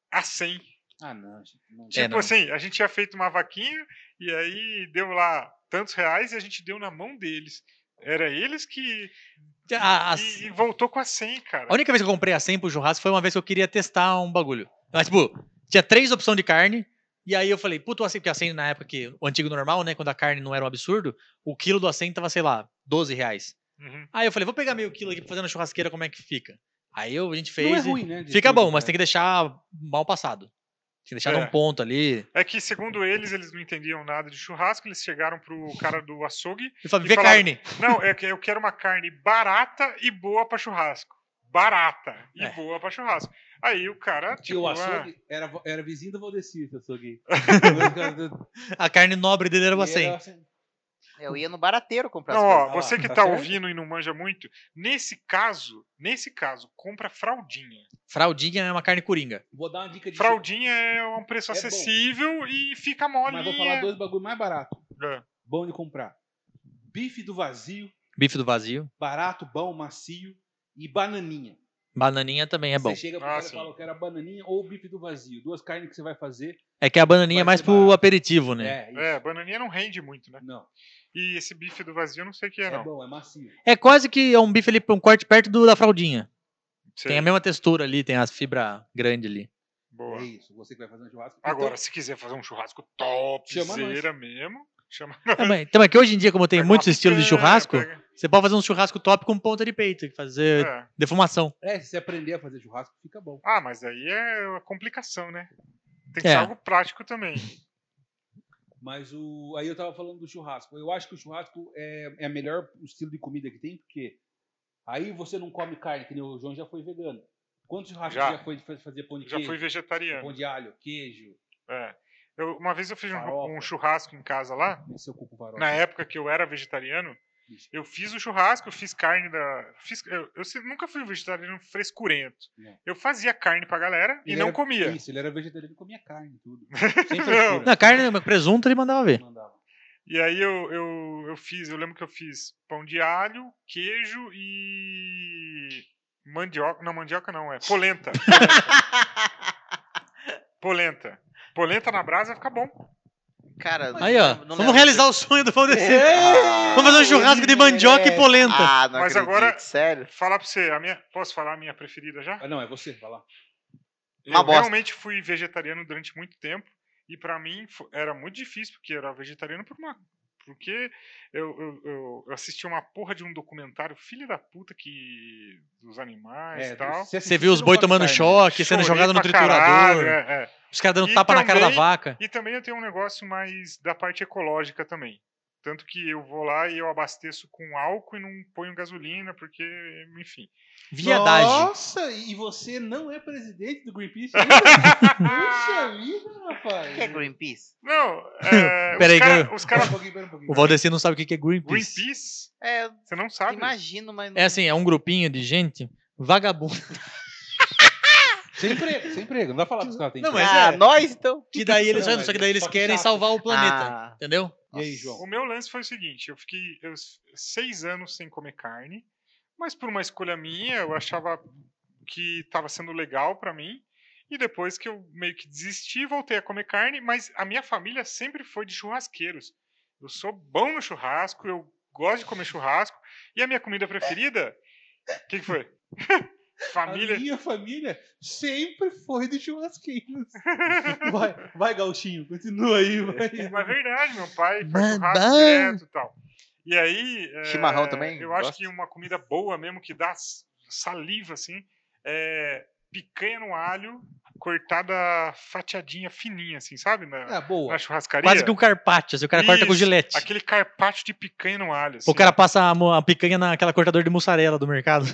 a 100. Ah, não, gente. não- É, Tipo não. assim, a gente tinha feito uma vaquinha e aí deu lá tantos reais e a gente deu na mão deles. Era eles que. A, a- E, e voltou com a 100, cara. a única vez que eu comprei a 100 pro churrasco foi uma vez que eu queria testar um bagulho. Mas, tipo, tinha três opções de carne. E aí eu falei, puto, porque a 100 na época que o antigo normal, né? Quando a carne não era um absurdo, o quilo do a 100 tava, sei lá, 12 reais. Uhum. Aí eu falei, vou pegar meio quilo aqui pra fazer na churrasqueira como é que fica. Aí eu, a gente fez. Não é e- ruim, né? de Fica tudo, bom, mas né? tem que deixar mal passado. Tem que deixar É. num ponto ali. É que, segundo eles, eles não entendiam nada de churrasco, eles chegaram pro cara do açougue E falei, E vê falaram- carne. Não, é que eu quero uma carne barata e boa pra churrasco. Barata e É. boa pra churrasco. Aí o cara, E tipo, o ah, açougue era, vo- era vizinho do Valdeci, esse *laughs* açougue. A carne nobre dele era E você. era assim. Eu ia no barateiro comprar não, as ó, coisas. Ah você lá, que tá tá certo. ouvindo e não manja muito, nesse caso, nesse caso, compra fraldinha. Fraldinha é uma carne coringa. Vou dar uma dica de. Fraldinha é um preço É bom. acessível e fica mole. Mas vou falar dois bagulho mais barato. É. Bom de comprar. Bife do vazio, Bife do vazio. barato, bom, macio e bananinha. Bananinha também é bom. Você chega pro Ah, cara e sim. fala, eu quero a bananinha ou o bife do vazio. Duas carnes que você vai fazer. É que a bananinha é Vai mais ser pro barato. aperitivo, né? É, isso. É, bananinha não rende muito, né? Não, E esse bife do vazio eu não sei o que é, é não. bom, é macio. É, quase que é um bife ali, um corte perto do, da fraldinha. Sei. Tem a mesma textura ali, tem as fibras grandes ali. Boa. É isso, você que vai fazer um churrasco. Agora, Então, se quiser fazer um churrasco topzera mesmo, chama É, mas- Então é que hoje em dia, como tem pega muitos uma estilos de picanha, churrasco, pega- você pode fazer um churrasco top com ponta de peito, fazer é. defumação. é, se você aprender a fazer churrasco, fica bom. Ah, mas aí é uma complicação, né? Tem que É. ser algo prático também. Mas o. Aí eu tava falando do churrasco. Eu acho que o churrasco é, é a melhor estilo de comida que tem, porque aí você não come carne, que nem o João já foi vegano. Quantos churrascos Já. já, foi de fa- fazer pão de Já queijo? fui Pão vegetariano. de alho, queijo, É. Eu- uma vez eu fiz um, Farofa. um churrasco em casa lá. esse é o cuco varosa. Na época que eu era vegetariano, Isso. eu fiz o churrasco, eu fiz carne da. Fiz, eu, eu se- nunca fui um vegetariano frescurento. Não. Eu fazia carne pra galera e Ele não É. era- comia. Isso, ele era vegetariano e comia carne e *laughs* tudo. Não. Sem frescura. Na carne, presunto, ele mandava ver. Mandava. E aí eu, eu, eu fiz, eu lembro que eu fiz pão de alho, queijo e. Mandioca. Não, mandioca não, é *laughs* polenta. Polenta. Polenta na brasa fica bom. Cara, Aí, ó. não Vamos lembro. realizar o sonho do Valdeci. É. Ah, Vamos fazer um churrasco de mandioca e polenta. Ah, não Mas acredito, agora- sério. Falar pra você, a minha, posso falar a minha preferida já? Ah, não, é você, vai lá. Eu Uma bosta. realmente fui vegetariano durante muito tempo e pra mim fo- era muito difícil porque eu era vegetariano por uma porque eu, eu, eu- eu assisti uma porra de um documentário filha da puta que dos É, animais e tal. Você viu os boi tomando choque. choque, sendo Chorei jogado no pra caralho, triturador. é, é. Os caras dando E tapa na cara da também- vaca. E também eu tenho um negócio mais da parte ecológica também. Tanto que eu vou lá e eu abasteço com álcool e não ponho gasolina, porque, enfim. Viadagem. Nossa, e você não é presidente do Greenpeace? *laughs* ainda? Puxa vida, O que é rapaz. Greenpeace? Não, é, *laughs* Peraí, os caras. que eu- Os Pera um cara, pouquinho, pera um pouquinho. O Valdeci não sabe o que que é Greenpeace. Greenpeace? É, eu Você não sabe? imagino, mas... É assim, é um grupinho de gente vagabundo. Sem emprego, sem emprego. Não vai falar pros caras. tem Não, emprego. mas ah, é. nós então? Que daí eles, Não, só que daí eles só que querem chato. salvar o planeta. é Ah, Entendeu? E aí, João? O meu lance foi o seguinte: eu fiquei eu, seis anos sem comer carne, mas por uma escolha minha, eu achava que estava sendo legal pra mim. E depois que eu meio que desisti, voltei a comer carne, mas a minha família sempre foi de churrasqueiros. Eu sou bom no churrasco, eu gosto de comer churrasco. E a minha comida preferida? O que, que foi? *laughs* A família. minha família sempre foi de churrasquinhos. vai, vai, Gauchinho, continua aí, *laughs* vai. Mas é verdade, meu pai faz churrasco Babá. direto e tal. E aí. é, Chimarrão também, Eu acho gosta? que uma comida boa mesmo, que dá s- saliva, assim, é picanha no alho, cortada fatiadinha fininha, assim, sabe? Na, Ah, boa. na churrascaria. Quase que um carpaccio, assim, o cara corta com Isso, gilete. Aquele carpaccio de picanha no alho. Assim, O cara passa a, mo- a picanha naquela cortadora de mussarela do *laughs* mercado.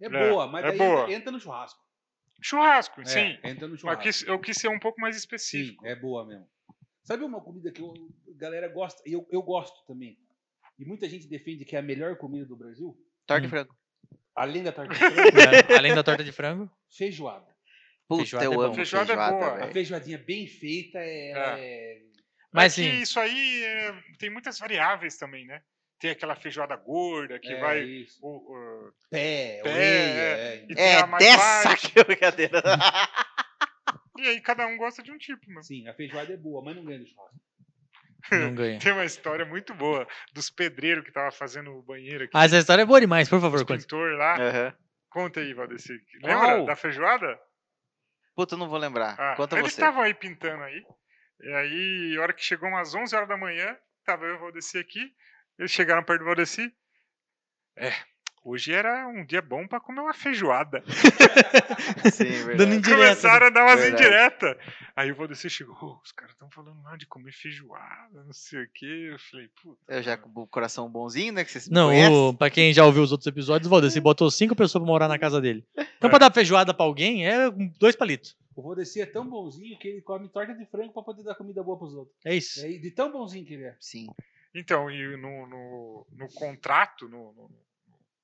É É, boa, mas é daí boa. entra- entra no churrasco. Churrasco, É, sim. Entra no Mas churrasco. quis- eu quis ser um pouco mais Sim, específico. é boa mesmo. Sabe uma comida que eu- a galera gosta? E eu, eu gosto também. E muita gente defende que é a melhor comida do Brasil, Torta de Hum. frango. além da *laughs* torta de frango, né? Além da torta de frango. feijoada. Puta, Feijoada é eu bom. amo Feijoada feijoada, é boa. A velho. feijoadinha bem feita é. ela é- Mas é que sim. isso aí é, tem muitas variáveis também, né? Tem aquela feijoada gorda que é vai. isso. o- o- Pé, Pé, orelha. é. e tem É a mais dessa baixa. *laughs* que é brincadeira. E aí cada um gosta de um tipo, mas Sim, a feijoada é boa, mas não ganha do churrasco. Não ganha. *laughs* tem uma história muito boa dos pedreiros que tava fazendo o banheiro aqui. Ah, essa história é boa demais, por os favor, conte. pintor lá. Aham. Conta aí, Valdeci. Lembra Uau! da feijoada? Puta, eu não vou lembrar. Ah, Conta eles você. estavam aí pintando aí. E aí, a hora que chegou umas 11 horas da manhã, tava eu e o Valdeci aqui. Eles chegaram perto do Valdeci. É, hoje era um dia bom pra comer uma feijoada. Sim, Dando verdade. indireta. Começaram a dar umas né? Verdade. indiretas. Aí o Valdeci chegou, "Ô, os caras estão falando mal de comer feijoada, não sei o quê. Eu falei, puta. Eu já com o coração bonzinho, né? Que vocês me Não, conhecem. o, pra quem já ouviu os outros episódios, o Valdeci botou cinco pessoas pra morar na casa dele. Então, pra dar feijoada pra alguém, é dois palitos. O Rodeci é tão bonzinho que ele come torta de frango pra poder dar comida boa pros outros. É isso. É, e de tão bonzinho que ele é. Sim. Então, e no, no, no contrato, no, no,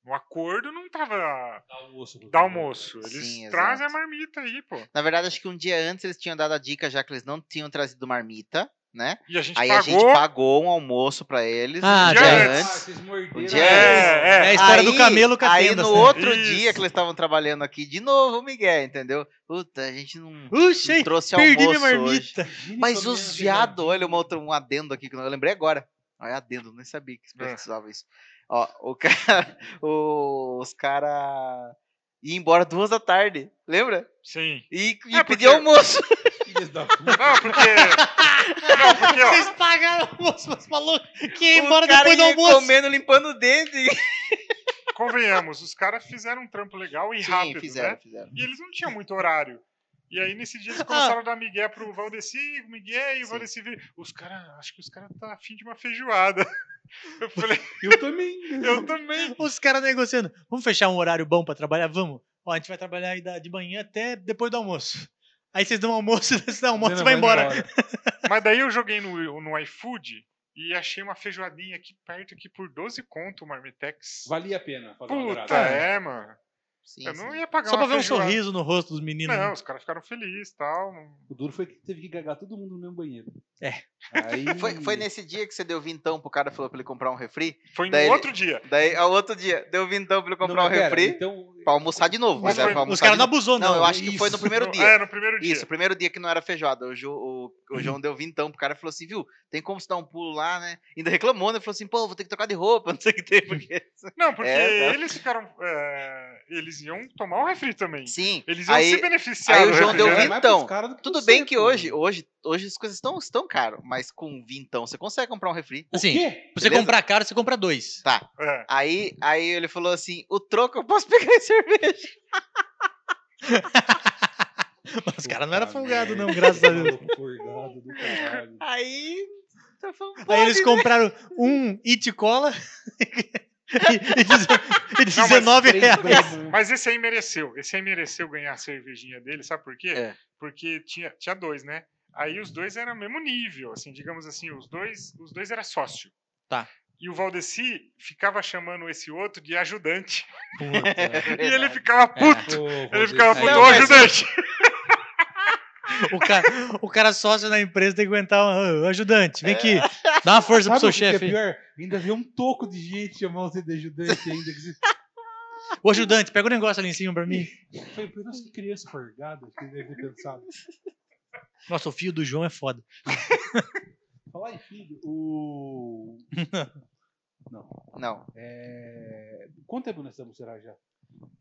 no acordo, não tava Dá almoço. pro dá outro. almoço. Eles Sim, trazem exato. a marmita aí, pô. Na verdade, acho que um dia antes eles tinham dado a dica, já que eles não tinham trazido marmita, né? E a gente Aí a gente pagou. pagou um almoço pra eles. Ah, tá. um dia Ah, antes. vocês morderam. Um a dia mão. É, É a história do camelo com a Aí tenda, no né? outro Isso. dia que eles estavam trabalhando aqui, de novo o Miguel, entendeu? Puta, a gente não, Puxa, não aí, trouxe perdi minha almoço hoje. marmita. Imagine Mas comendo os esse viados, olha uma outra, um adendo aqui que eu lembrei agora. Olha, adendo, nem sabia que É. precisava isso. Ó, o *laughs* cara, o- os caras iam embora duas da tarde, lembra? Sim. E, e É, porque- pedir almoço. *laughs* Filhas da puta. Não, porque. Não, porque, ó, Vocês pagaram o almoço, mas falou que ia O embora cara depois do ia almoço. comendo, limpando o dente. convenhamos, os caras fizeram um trampo legal e rápido, né? fizeram. Ah. E eles não tinham muito horário. E aí, nesse dia, eles começaram a dar migué pro Valdeci, o Miguel e o Sim. Valdeci veio. Os caras, acho que os caras tá afim de uma feijoada. *laughs* Eu falei, Eu *laughs* também. eu também. Os caras negociando. Vamos fechar um horário bom pra trabalhar? Vamos. Ó, a gente vai trabalhar aí da- de manhã até depois do almoço. Aí vocês dão um almoço, *laughs* vocês dão almoço e vai embora. Mas daí eu joguei no, no iFood e achei uma feijoadinha aqui perto, aqui por 12 conto, o Marmitex. Valia a pena. fazer uma Puta, grada. é, mano. Sim, Eu sim. não ia pagar Só uma pra ver um feijoada. sorriso né? no rosto dos meninos. Não, os caras ficaram felizes e tal. O duro foi que teve que cagar todo mundo no mesmo banheiro. É. Aí... *laughs* Foi, foi nesse dia que você deu vintão pro cara falou pra ele comprar um refri? Foi no Daí ele- outro dia. Daí, ao outro dia, deu vintão pra ele Não, comprar um mas pera, refri Então, pra almoçar de novo. Mas Mas era foi- pra Os almoçar caras de não né? novo. abusou, não. Não, eu acho que foi isso. no primeiro No- dia. É, no primeiro dia. Isso, primeiro dia que não era feijoada. O, Ju- o, Uhum. o João deu vintão pro cara e falou assim, viu, tem como você dar um pulo lá, né? Ainda reclamou, né? Falou assim, pô, vou ter que trocar de roupa, *laughs* não sei o que tem, porque... *laughs* Não, porque É, tá. eles ficaram. é, eles iam tomar o refri também. Sim, Eles iam se aí... beneficiar. aí o do João é deu refrigerante. vinte- Tudo bem que hoje, né? hoje, hoje as coisas estão, estão caras, mas com vintão você consegue comprar um refri. Assim, pra Quê? você Beleza? comprar caro, você compra dois. *laughs* Tá, É. aí, aí ele falou assim, o troco eu posso pegar em cerveja. Mas os caras não eram Puta folgados, merda, não, graças *laughs* a Deus. maluco Folgado do *laughs* caralho. *laughs* Aí... *laughs* eu falei, Aí eles "Pode, né?" compraram um it cola *laughs* e, e deze- e mas 19 Três reais. gramas. Mas esse aí mereceu. Esse aí mereceu ganhar a cervejinha dele, sabe por quê? É. Uhum. Porque tinha, tinha dois, né? Aí os dois eram mesmo nível, assim, digamos assim, os dois, os dois era sócio. Tá. E o Valdeci ficava chamando esse outro de ajudante. É Puta. *laughs* E ele ficava puto. Ô, Ele Rodrigo, ficava puto, aí- ô Não, mas- ajudante. O cara, o cara sócio na empresa tem que aguentar um "Ô, ajudante. Vem É. aqui, dá uma força Sabe pro o seu que que é chefe. pior? Ainda vê um toco de gente chamar você de ajudante ainda. que você- Ô, ajudante, pega o negócio ali em cima pra mim. Foi por isso que criança forgada que deve ter pensado. Nossa, o fio do João é foda. Falar em filho, o. Não. Não. É... Quanto tempo nós estamos, será já?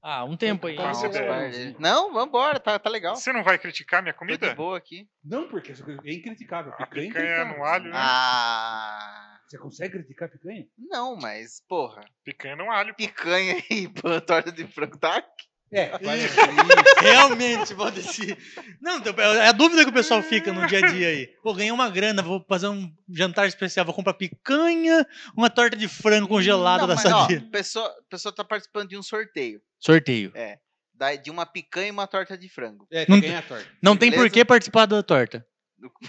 Ah, um tempo aí. Faz você essa bebe. parte aí. Não, vambora, tá, tá legal. Você não vai criticar minha Tô de comida? boa aqui. Não, porque isso é incriticável. Picanha, A é picanha incriticável. no alho, né? Ah. Você consegue criticar a picanha? Não, mas, porra. Picanha no alho. pô. Picanha *laughs* e pão- torta de frango tá aqui. É, Isso. isso. Realmente, Valdeci. Não, é a dúvida que o pessoal fica no dia a dia aí. Pô, ganhei uma grana, vou fazer um jantar especial, vou comprar picanha, uma torta de frango congelada Não, da mas, ó, Sadia. pessoa, pessoa tá participando de um sorteio. Sorteio. da- De uma picanha e uma torta de frango. *laughs* É, Não- picanha é torta. Não tem Beleza? por que participar da torta.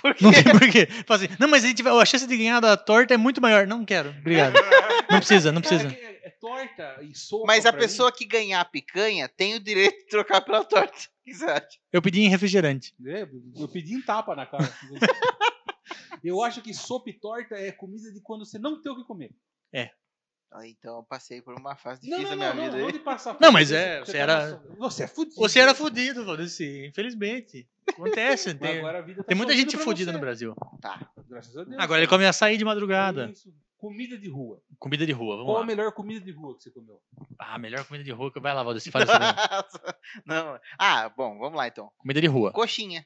Por quê? Não tem por quê. Fala assim, não, mas a, gente vai- a chance de ganhar da torta é muito maior. Não quero, obrigado. Não precisa, não Cara, precisa. que é, é torta e sopa. Mas a pra mim. pessoa que ganhar a picanha tem o direito de trocar pela torta. *laughs* O que você acha? Eu pedi em refrigerante. É, eu pedi um tapa na *laughs* cara. Eu acho que sopa e torta é comida de quando você não tem o que comer. Ah, Então eu passei por uma fase Não, difícil não, não, da minha não, vida. não aí. de passar Não, fome, mas é, você tá era- na so- Você é fudido. Você era fudido, Valdeci, infelizmente. Acontece, *laughs* Mas tem, agora a vida tá tem muita sorrindo gente pra fudida você. no Brasil. Graças a Deus. É Agora ele come açaí de madrugada. Isso. Comida de rua. Comida de rua, vamos Qual a lá. melhor comida de rua que você comeu? *laughs* Ah, melhor comida de rua que vai lá, Valdeci, *laughs* fala isso mesmo. *laughs* Não. Ah, bom, vamos lá então. Comida de rua. Coxinha.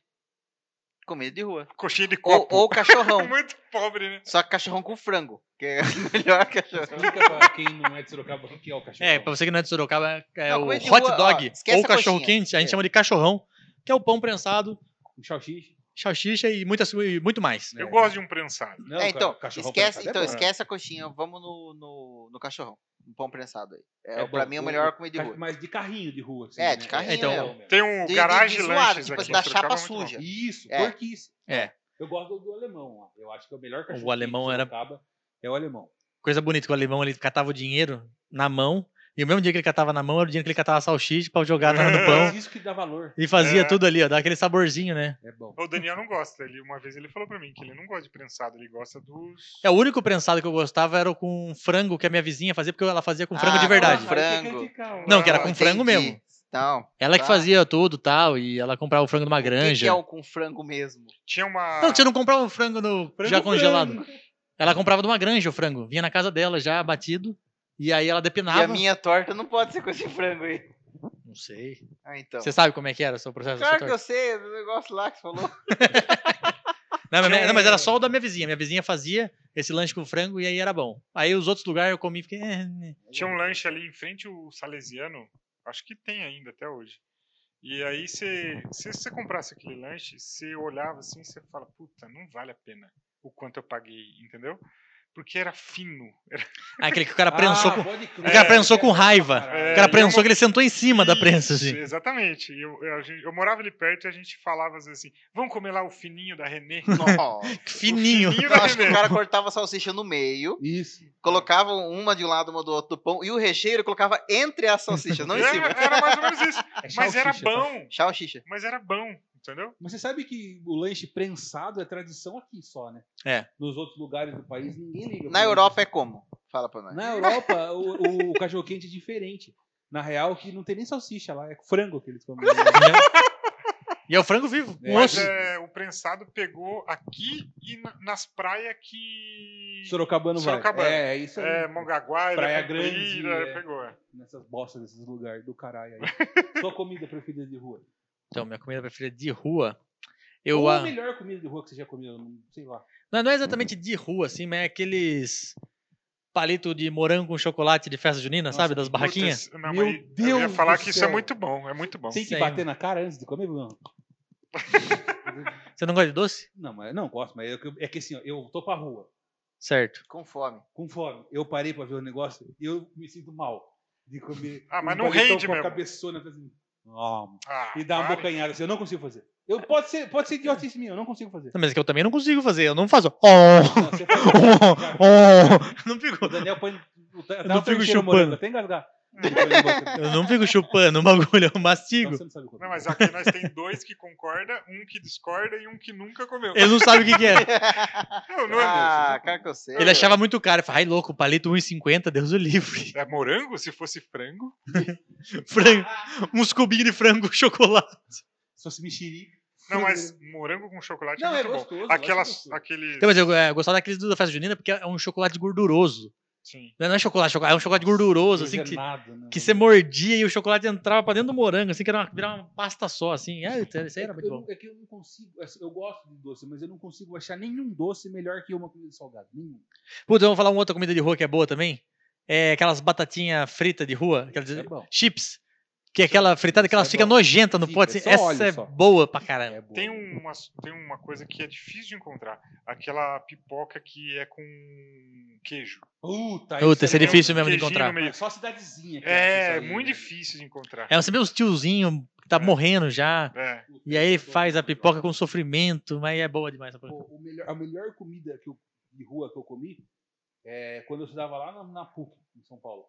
Comida de rua. Coxinha de Ou, copo. *laughs* ou cachorrão. Muito pobre, né? Só que cachorrão com frango. Que é *laughs* o melhor cachorrão. Explica pra quem não é de Sorocaba o que é o cachorro. É, pra você que não é de Sorocaba, é Não, o comida de hot rua, ó, dog esquece ou a cachorro coxinha. quente, a gente É. chama de cachorrão, que é o pão prensado, Um salsicha. salsicha e, muitas, e muito mais. É. Eu gosto de um prensado. Não, É, ca- então, cachorrão esquece, prensado é então bom. esquece a coxinha. Vamos no, no, no cachorrão. Um pão prensado aí. É, bom. pra mim é o melhor comida de Ca- rua. Mas de carrinho de rua. assim, É, né? de carrinho Então- Tem um De- de- garagem de zoado, lanches tipo, aqui. da em Sorocaba, chapa muito bom. suja. Isso, É. porquice. É. Eu gosto do alemão. ó. Eu acho que é o melhor cachorro. alemão era- É o alemão. Coisa bonita que o alemão ele catava o dinheiro na mão, e o mesmo dia que ele catava na mão era o dinheiro que ele catava a salsicha pra jogar na- no Mas *laughs* é pão. isso que dá valor. E fazia É. tudo ali, ó, dá aquele saborzinho, né? É bom. O Daniel não gosta. Ele, uma vez ele falou pra mim que ele não gosta de prensado, ele gosta dos. É o único prensado que eu gostava era o com um frango que a minha vizinha fazia, porque ela fazia com frango Ah, de verdade. porra. Frango. Não, que era Ah, com frango Entendi. mesmo. Não. Ela que Ah. fazia tudo tal, e ela comprava o frango numa O que, que granja. é o com frango mesmo? Tinha uma. Não, que você não comprava o frango no Frango já congelado. Ela comprava de uma granja o frango. Vinha na casa dela já batido. E aí ela E depinava. a minha torta não pode ser com esse frango aí. Não sei. Ah, então. Você sabe como é que era o seu processo? da sua Claro que eu torta? sei, é do negócio lá que você falou. Não, mas- Sim. não, mas era só o da minha vizinha. Minha vizinha fazia esse lanche com frango e aí era bom. Aí os outros lugares eu comi e fiquei. "Eh, né." Tinha um lanche ali em frente o Salesiano, acho que tem ainda até hoje. E aí você, se você comprasse aquele lanche, você olhava assim, você fala, puta, não vale a pena o quanto eu paguei, entendeu? Porque era fino. Era... Ah, aquele que o cara prensou com. pode crer. O cara prensou com É, raiva. caralho. O É, e cara eu prensou não- que ele sentou em cima da prensa, Isso, assim. Exatamente. Eu, eu, a gente- eu morava ali perto e a gente falava às vezes assim, vamos comer lá o fininho da Renê. Nossa. Fininho. O fininho Eu da acho que o Renê. cara cortava a salsicha no meio, Isso. colocava uma de um lado, uma do outro do pão, e o recheio ele colocava entre as *laughs* salsichas, não em Era, cima. era mais ou menos *laughs* isso. É Mas era salsicha, então. tá? bom. Salsicha. Mas era bom, entendeu? Mas você sabe que o lanche prensado é tradição aqui só, né? É. Nos outros lugares do país, ninguém liga. Na Europa é como? Fala pra nós. Na Europa, o, o cachorro-quente é diferente. Na real, que não tem nem salsicha lá, é frango que eles comem. *laughs* *laughs* E é o frango vivo. É, Um osso. Mas é, o prensado pegou aqui e na- nas praias que. Sorocabano vai. Sorocabana. É, é isso aí. É, Mongaguá, ele Praia é comprida, Grande, ele é. pegou. é. Nessas bostas desses lugares do *laughs* caralho aí. Sua comida preferida de rua. Então, minha comida preferida de rua. Eu, Ou a ah, melhor comida de rua que você já comeu, não sei lá. Não, não é exatamente de rua, assim, mas é aqueles palito de morango com chocolate de festa junina, Nossa, sabe? Das barraquinhas. Putz, não, Meu mas eu ia Deus falar do que isso é céu. muito bom, é muito bom. Tem que sei. bater na cara antes de comer, *laughs* Bruno? Você não gosta de doce? Não, mas não gosto, mas é que, eu- é que assim, ó, eu tô pra rua, Certo. Com fome. com fome. Eu parei pra ver o negócio e eu me sinto mal de comer. Ah, mas um não palito rende com a mesmo. cabeçona fazendo. "Ah, Ah, e dar uma pare. bocanhada assim, eu não consigo fazer. Eu, pode ser, pode ser idiotice minha, eu não consigo *laughs* fazer. Não, mas é que eu também não consigo fazer, eu não faço. Oh, Não, você faz- oh, oh. Não O ficou. Daniel põe. o Ta- Eu Daniel não põe fico cheiro chupando. morango, até engasgar. Depois eu boto- Eu não fico chupando o bagulho, eu Então mastigo. você não sabe qual é. Não, mas aqui nós tem dois que concorda, um que discorda e um que nunca comeu. Ele não sabe o que, que é. *laughs* Não, não é, ah, cara que eu sei. Ele achava muito caro. Eu falei, ai, louco, palito 1,50, Deus o livre. *laughs* é morango? Se fosse frango? Frango, uns cubinhos de frango, chocolate. Se fosse mexerica. Não, mas morango com chocolate Não, é é muito gostoso, eu bom. acho Aquelas, gostoso. aquele... Então, mas eu, é, eu gostava daqueles da festa junina porque é um chocolate gorduroso. Sim. Não é, não é chocolate, chocolate, é um chocolate *laughs* gorduroso, assim, que, né, que você mordia e o chocolate entrava pra dentro do morango, assim, que era uma, virava uma pasta só, assim. É, isso aí era muito eu, bom. não- É que eu não consigo. assim, Eu gosto de doce, mas eu não consigo achar nenhum doce melhor que uma comida salgada. Nenhum. Putz, eu vou falar uma outra comida de rua que é boa também. É aquelas batatinhas fritas de rua, aquelas É bom. chips. Que é aquela fritada que isso é elas ficam bom. nojentas no Fica, é pote. Assim. só Essa óleo é só. boa pra caramba. É bom. Tem um- uma, tem uma coisa que é difícil de encontrar. Aquela pipoca que é com queijo. Puta, Puta, isso é bom. difícil mesmo de Queijinho encontrar. no meio. Mas É só cidadezinha. que acha É, isso aí, muito né? difícil de encontrar. É, você vê os tiozinhos que tá É. morrendo já. É. Puta, E aí ele eu sou faz a muito pipoca com sofrimento, mas é boa demais. essa porra. Pô, o melhor- a melhor comida que eu- de rua que eu comi é quando eu estudava lá na, na PUC, em São Paulo.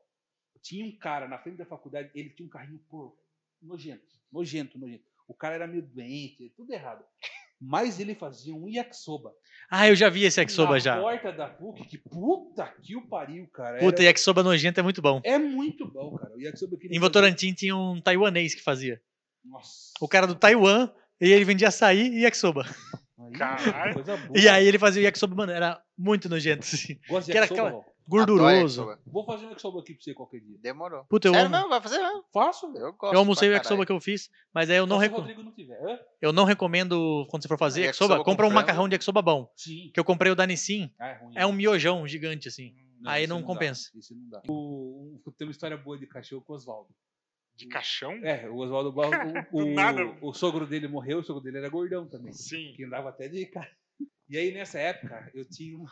Tinha um cara na frente da faculdade, ele tinha um carrinho porco, nojento, nojento, nojento. O cara era meio doente, tudo errado. Mas ele fazia um yakisoba. Ah, eu já vi esse yakisoba na já. porta da PUC, que puta que o pariu, cara. Puta, Era- yakisoba nojento é muito bom. É muito bom, cara. O yakisoba eu queria Em fazer- Votorantim tinha um taiwanês que fazia. Nossa. O cara do Taiwan, e ele vendia açaí e yakisoba. Aí, Caralho. Coisa boa. E aí ele fazia o yakisoba, mano, era muito nojento, *laughs* assim. Gosto de que era yakisoba, aquela- Val? Gorduroso. Adoro yakisoba. Vou fazer um yakisoba aqui pra você qualquer dia. Demorou. Puta, eu Sério, amo. não, vai fazer não. Faço, velho. Eu gosto. Eu almocei o pra yakisoba que eu fiz, mas aí eu não, Só se o reco- Rodrigo não tiver. Hã? eu não recomendo, quando você for fazer Ah, yakisoba, yakisoba com compra um frango. macarrão de yakisoba bom. Sim. Que eu comprei o da Nissin, Ah, é ruim. Hum. é um miojão gigante, assim. aí esse não dá, compensa. esse não dá. O, o- tem uma história boa de cachorro com o Oswaldo. De caixão? É, o Oswaldo Bal- o, *laughs* Do o- nada. o sogro dele morreu, o sogro dele era gordão também. Sim. Que andava até de cara. E aí, nessa época, eu tinha um uma.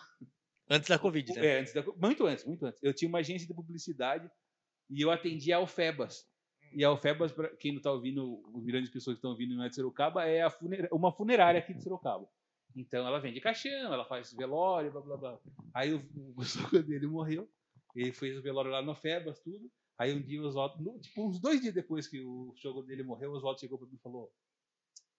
Antes da Covid, né? É, antes da- muito antes, muito antes. Eu tinha uma agência de publicidade e eu atendia a Alfebas. E a Alfebas, pra quem não está ouvindo, os milhões de pessoas que estão ouvindo não é de Sorocaba, é a funera- uma funerária aqui de Sorocaba. Então ela vende caixão, ela faz velório, blá blá blá. Aí o, o sogro dele morreu, ele fez o velório lá no Alfebas, tudo. Aí um dia o Oswaldo, no- tipo, uns dois dias depois que o sogro dele morreu, o Oswaldo chegou para mim e falou: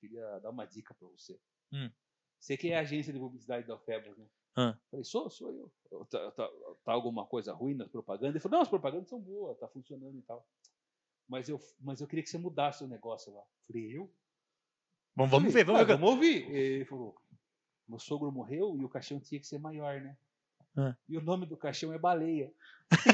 Queria dar uma dica para você. Hum. Você que é a agência de publicidade da Alfebas, né? Ah. Falei, sou, sou eu. Eu, Tá, tá- tá alguma coisa ruim nas propagandas? Ele falou, não, as propagandas são boas, tá funcionando e tal. Mas eu, mas eu queria que você mudasse o negócio lá. Falei, eu? Bom, vamos Falei, ver, vamos "Ah, ver. vamos ouvir. Ele falou, meu sogro morreu e o caixão tinha que ser maior, né? Ah. E o nome do caixão é baleia.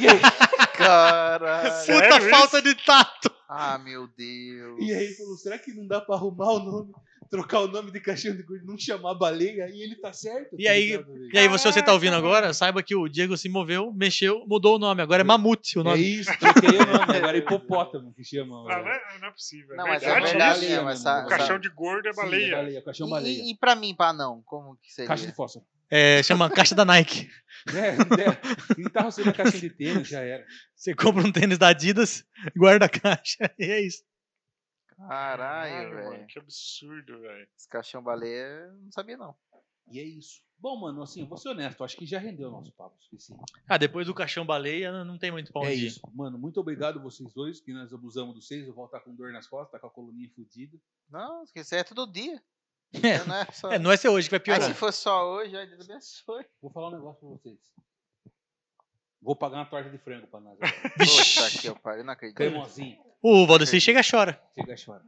E aí, *laughs* Caralho. Puta Sério falta de tato! Ah, meu Deus. e aí ele falou, será que não dá pra arrumar o nome? Trocar o nome de caixão de gordo, não chamar baleia? E ele tá certo? E aí- Obrigado, Rodrigo. E aí, você, você tá ouvindo Caraca, agora, saiba que o Diego se moveu, mexeu, mudou o nome. Hum. Agora é Mamute *laughs* o É nome. isso, troquei o nome. *laughs* Agora é hipopótamo que chama. Ah, não, é, não é possível. Não, é mas verdade. é verdade baleia, mesmo. mano. Essa, O O essa- caixão de gordo é Sim, baleia. caixão baleia. E, e pra mim, pra não, como que seria? Caixa de fósforo. É, chama Caixa da Nike. *laughs* É, é. Ele tava sendo a caixa de tênis, já era. Você compra um tênis da Adidas, guarda a caixa, *laughs* e é isso. Caralho, velho. mano, Que absurdo, velho. Esse caixão baleia, eu não sabia não. E é isso. Bom, mano, assim, eu vou ser honesto, acho que já rendeu o nosso papo suficiente. Ah, depois do caixão baleia, não tem muito pão é de. isso. Mano, muito obrigado vocês dois, que nós abusamos dos seis. Eu vou estar com dor nas costas, tá com a coluninha fodida. Não, esqueci, é todo dia. É. Não é só... É, não vai ser hoje que vai Aí piorar. se fosse só hoje, ai, Deus abençoe. Vou falar um negócio pra vocês. Vou pagar uma torta de frango pra nós *laughs* agora. Puta que eu pariu, não acredito. Cremosinho. O Valdeci chega e chora. Chega a chorar.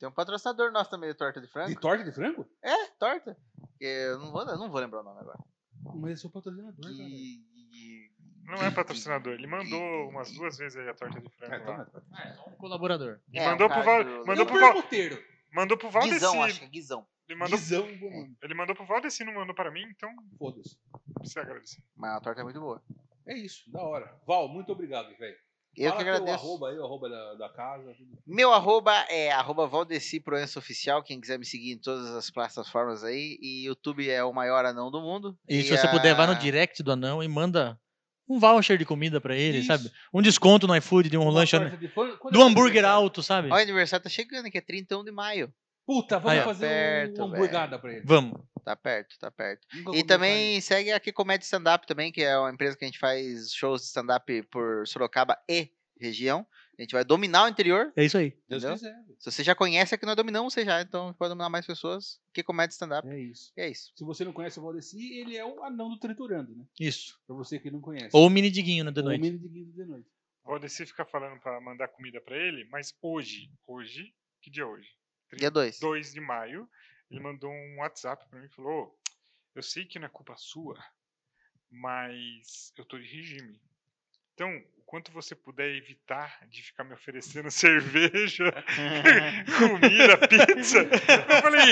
Tem um patrocinador nosso também de torta de De frango. torta de frango? É, torta. Que Eu não vou, eu não vou lembrar o nome agora. Mas eu sou patrocinador, cara. velho. Que- que- Não é patrocinador. Ele *laughs* mandou umas duas vezes aí a torta de É, frango. tá, lá. mas- Um colaborador. E É, mandou, um pro cara Val- do- mandou, Eu pro Val- pergunteiro. mandou pro Valdeci. Guizão, acho que é Guizão. Ele mandou, Guizão, bom, mano. ele mandou pro Valdeci, não mandou para mim, então Foda-se. precisa agradecer. Mas a torta é muito boa. É isso, da hora. Val, muito obrigado, velho. Eu Fala que teu agradeço. Arroba aí, o arroba da, da casa. tudo. Meu arroba é arroba Valdeci Proença Oficial, quem quiser me seguir em todas as plataformas aí. E YouTube é o maior anão do mundo. E se você a- puder, vá no direct do anão e manda um voucher de comida pra ele, Isso. sabe? Um desconto no iFood de um Uma lanche. torta de frango. Quando Do é que hambúrguer vai ser? alto, sabe? Ó, O aniversário tá chegando, que é 31 de maio. Puta, vamos Aí, ó. fazer Perto, uma hamburgada pra ele. Vamos. Tá perto, tá perto. Nunca E comi também segue aqui Comédia Stand-Up também, que é uma empresa que a gente faz shows de stand-up por Sorocaba e região. A gente vai dominar o interior. É isso aí. Deus Entendeu? quiser. Se você já conhece, é que nós dominamos você já. Então pode dominar mais pessoas que comédia stand-up. É isso. E é isso. Se você não conhece o Valdeci, ele é o anão do Triturando, né? Isso. Pra você que não conhece. É Ou o mini diguinho na de O noite. menino de Guido de noite. O Valdeci fica falando pra mandar comida pra ele, mas hoje, hoje, que dia é hoje? Dia 2. *laughs* 2 de maio, ele mandou um WhatsApp pra mim e falou: "Ô, Eu sei que não é culpa sua, mas eu tô de regime. Então, o quanto você puder evitar de ficar me oferecendo *laughs* cerveja, comida, pizza. Eu falei: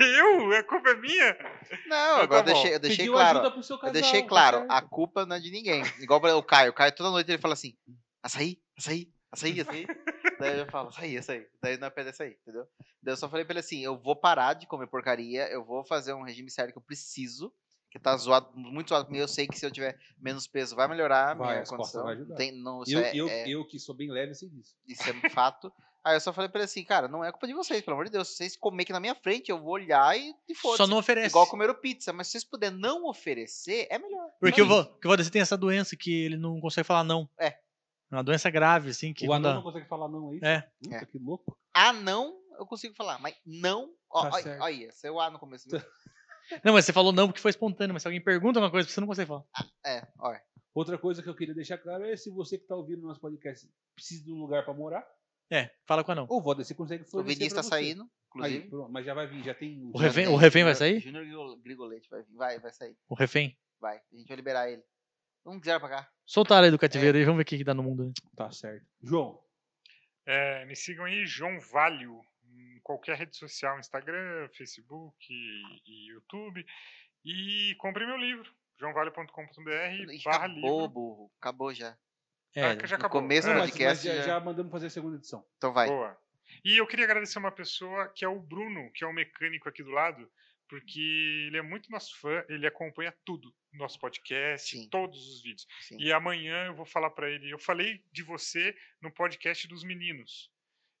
Eu? Eu? A culpa é minha? Não, Tá agora eu bom. deixei, eu deixei Pediu claro. ajuda pro seu Eu casal, deixei tá claro, certo. a culpa não é de ninguém. Igual pra- o Caio. O Caio toda noite ele fala assim: açaí, açaí, açaí, açaí. Daí eu falo, açaí, açaí. Daí não é pé de açaí, entendeu? Daí eu só falei pra ele assim: eu vou parar de comer porcaria, eu vou fazer um regime sério que eu preciso, que tá zoado, muito zoado comigo. Eu sei que se eu tiver menos peso vai melhorar a Vai, minha as costas condição. vai Não ajudar. tem- não, isso, Eu, é, eu, é- eu que sou bem leve, sei disso. isso é um fato. Aí eu só falei pra ele assim, cara, não é culpa de vocês, pelo amor de Deus. Se vocês comerem aqui na minha frente, eu vou olhar e, e Só foda-se. não oferece. Igual comeram pizza, mas se vocês puderem não oferecer, é melhor. Porque o Não, Val- que o Valdeci tem essa doença que ele não consegue falar não. É. Uma doença grave, assim, que o não anão dá. não consegue falar não aí. É. Puta, É. que louco. Ah, não, eu consigo falar, mas não. Ó, Tá ó, certo. Tá. ó, aí, seu A no começo. viu? Não, mas você falou não porque foi espontâneo, mas se alguém pergunta uma coisa, você não consegue falar. É, ó. Outra coisa que eu queria deixar claro é se você que tá ouvindo nosso podcast precisa de um lugar pra morar, É, fala com a não. ou o você consegue O fornecer Vinícius pra tá você. saindo, inclusive. Aí, pronto, mas já vai vir, já tem... O já Refém- tem- o refém vai sair? Júnior Grigol- Grigolete vai, vir, vai, vai sair. O refém. Vai. A gente vai liberar ele. Não quiser pra cá. Soltaram aí do cativeiro aí, vamos ver o que, que dá no mundo. né? Tá certo. João, É, me sigam aí, João Valho, em qualquer rede social, Instagram, Facebook e, e YouTube. E comprei meu livro, joãovalho.com.br Ih, barra acabou, livro. burro. tá Acabou já. É, Ah, já no começo não, do É, mas, mas podcast já, já- já mandamos fazer a segunda edição. Então vai. Boa. E eu queria agradecer uma pessoa que é o Bruno, que é o mecânico aqui do lado, porque ele é muito nosso fã, ele acompanha tudo, nosso podcast, Sim. todos os vídeos. Sim. E amanhã eu vou falar pra ele, eu falei de você no podcast dos meninos.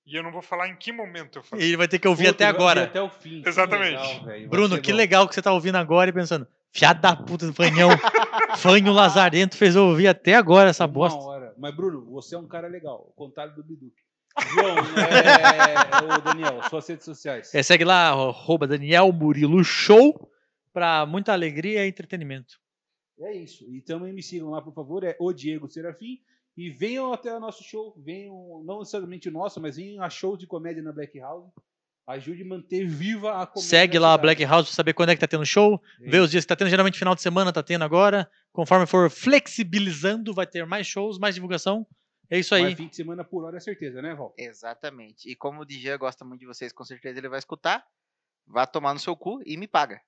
E eu não vou falar em que momento eu falei. ele vai ter que ouvir Puta, até vai vir agora. Até o fim. Exatamente. velho, vai Bruno, ser que bom. legal que você tá ouvindo agora e pensando, fiado da puta do *laughs* fanhão, fanho lazarento fez eu ouvir até agora essa Uma bosta. hora. Mas, Bruno, você é um cara legal. O contrário do Bidu. João, *laughs* é... ô, Daniel, suas redes sociais. É, segue lá, arroba Daniel Murilo Show, pra muita alegria e entretenimento. É isso. E também me sigam lá, por favor. É o Diego Serafim. E venham até o nosso show. Venham, não necessariamente o nosso, mas venham a shows de comédia na Black House. Ajude a manter viva a comédia. Segue na lá a cidade. Black House pra saber quando é que tá tendo show, É ver os dias que tá tendo, geralmente final de semana tá tendo agora. Conforme for flexibilizando, vai ter mais shows, mais divulgação. É isso aí. Mas fim de semana por hora é certeza, né, Val? Exatamente. E como o DJ gosta muito de vocês, com certeza ele vai escutar. Vá tomar no seu cu e me paga.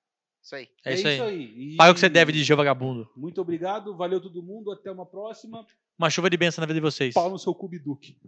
Isso aí. é isso aí. E Paga o que você deve de Geo Vagabundo. Muito obrigado. Valeu todo mundo. Até uma próxima. Uma chuva de bênção na vida de vocês. Pau no seu Cubiduque.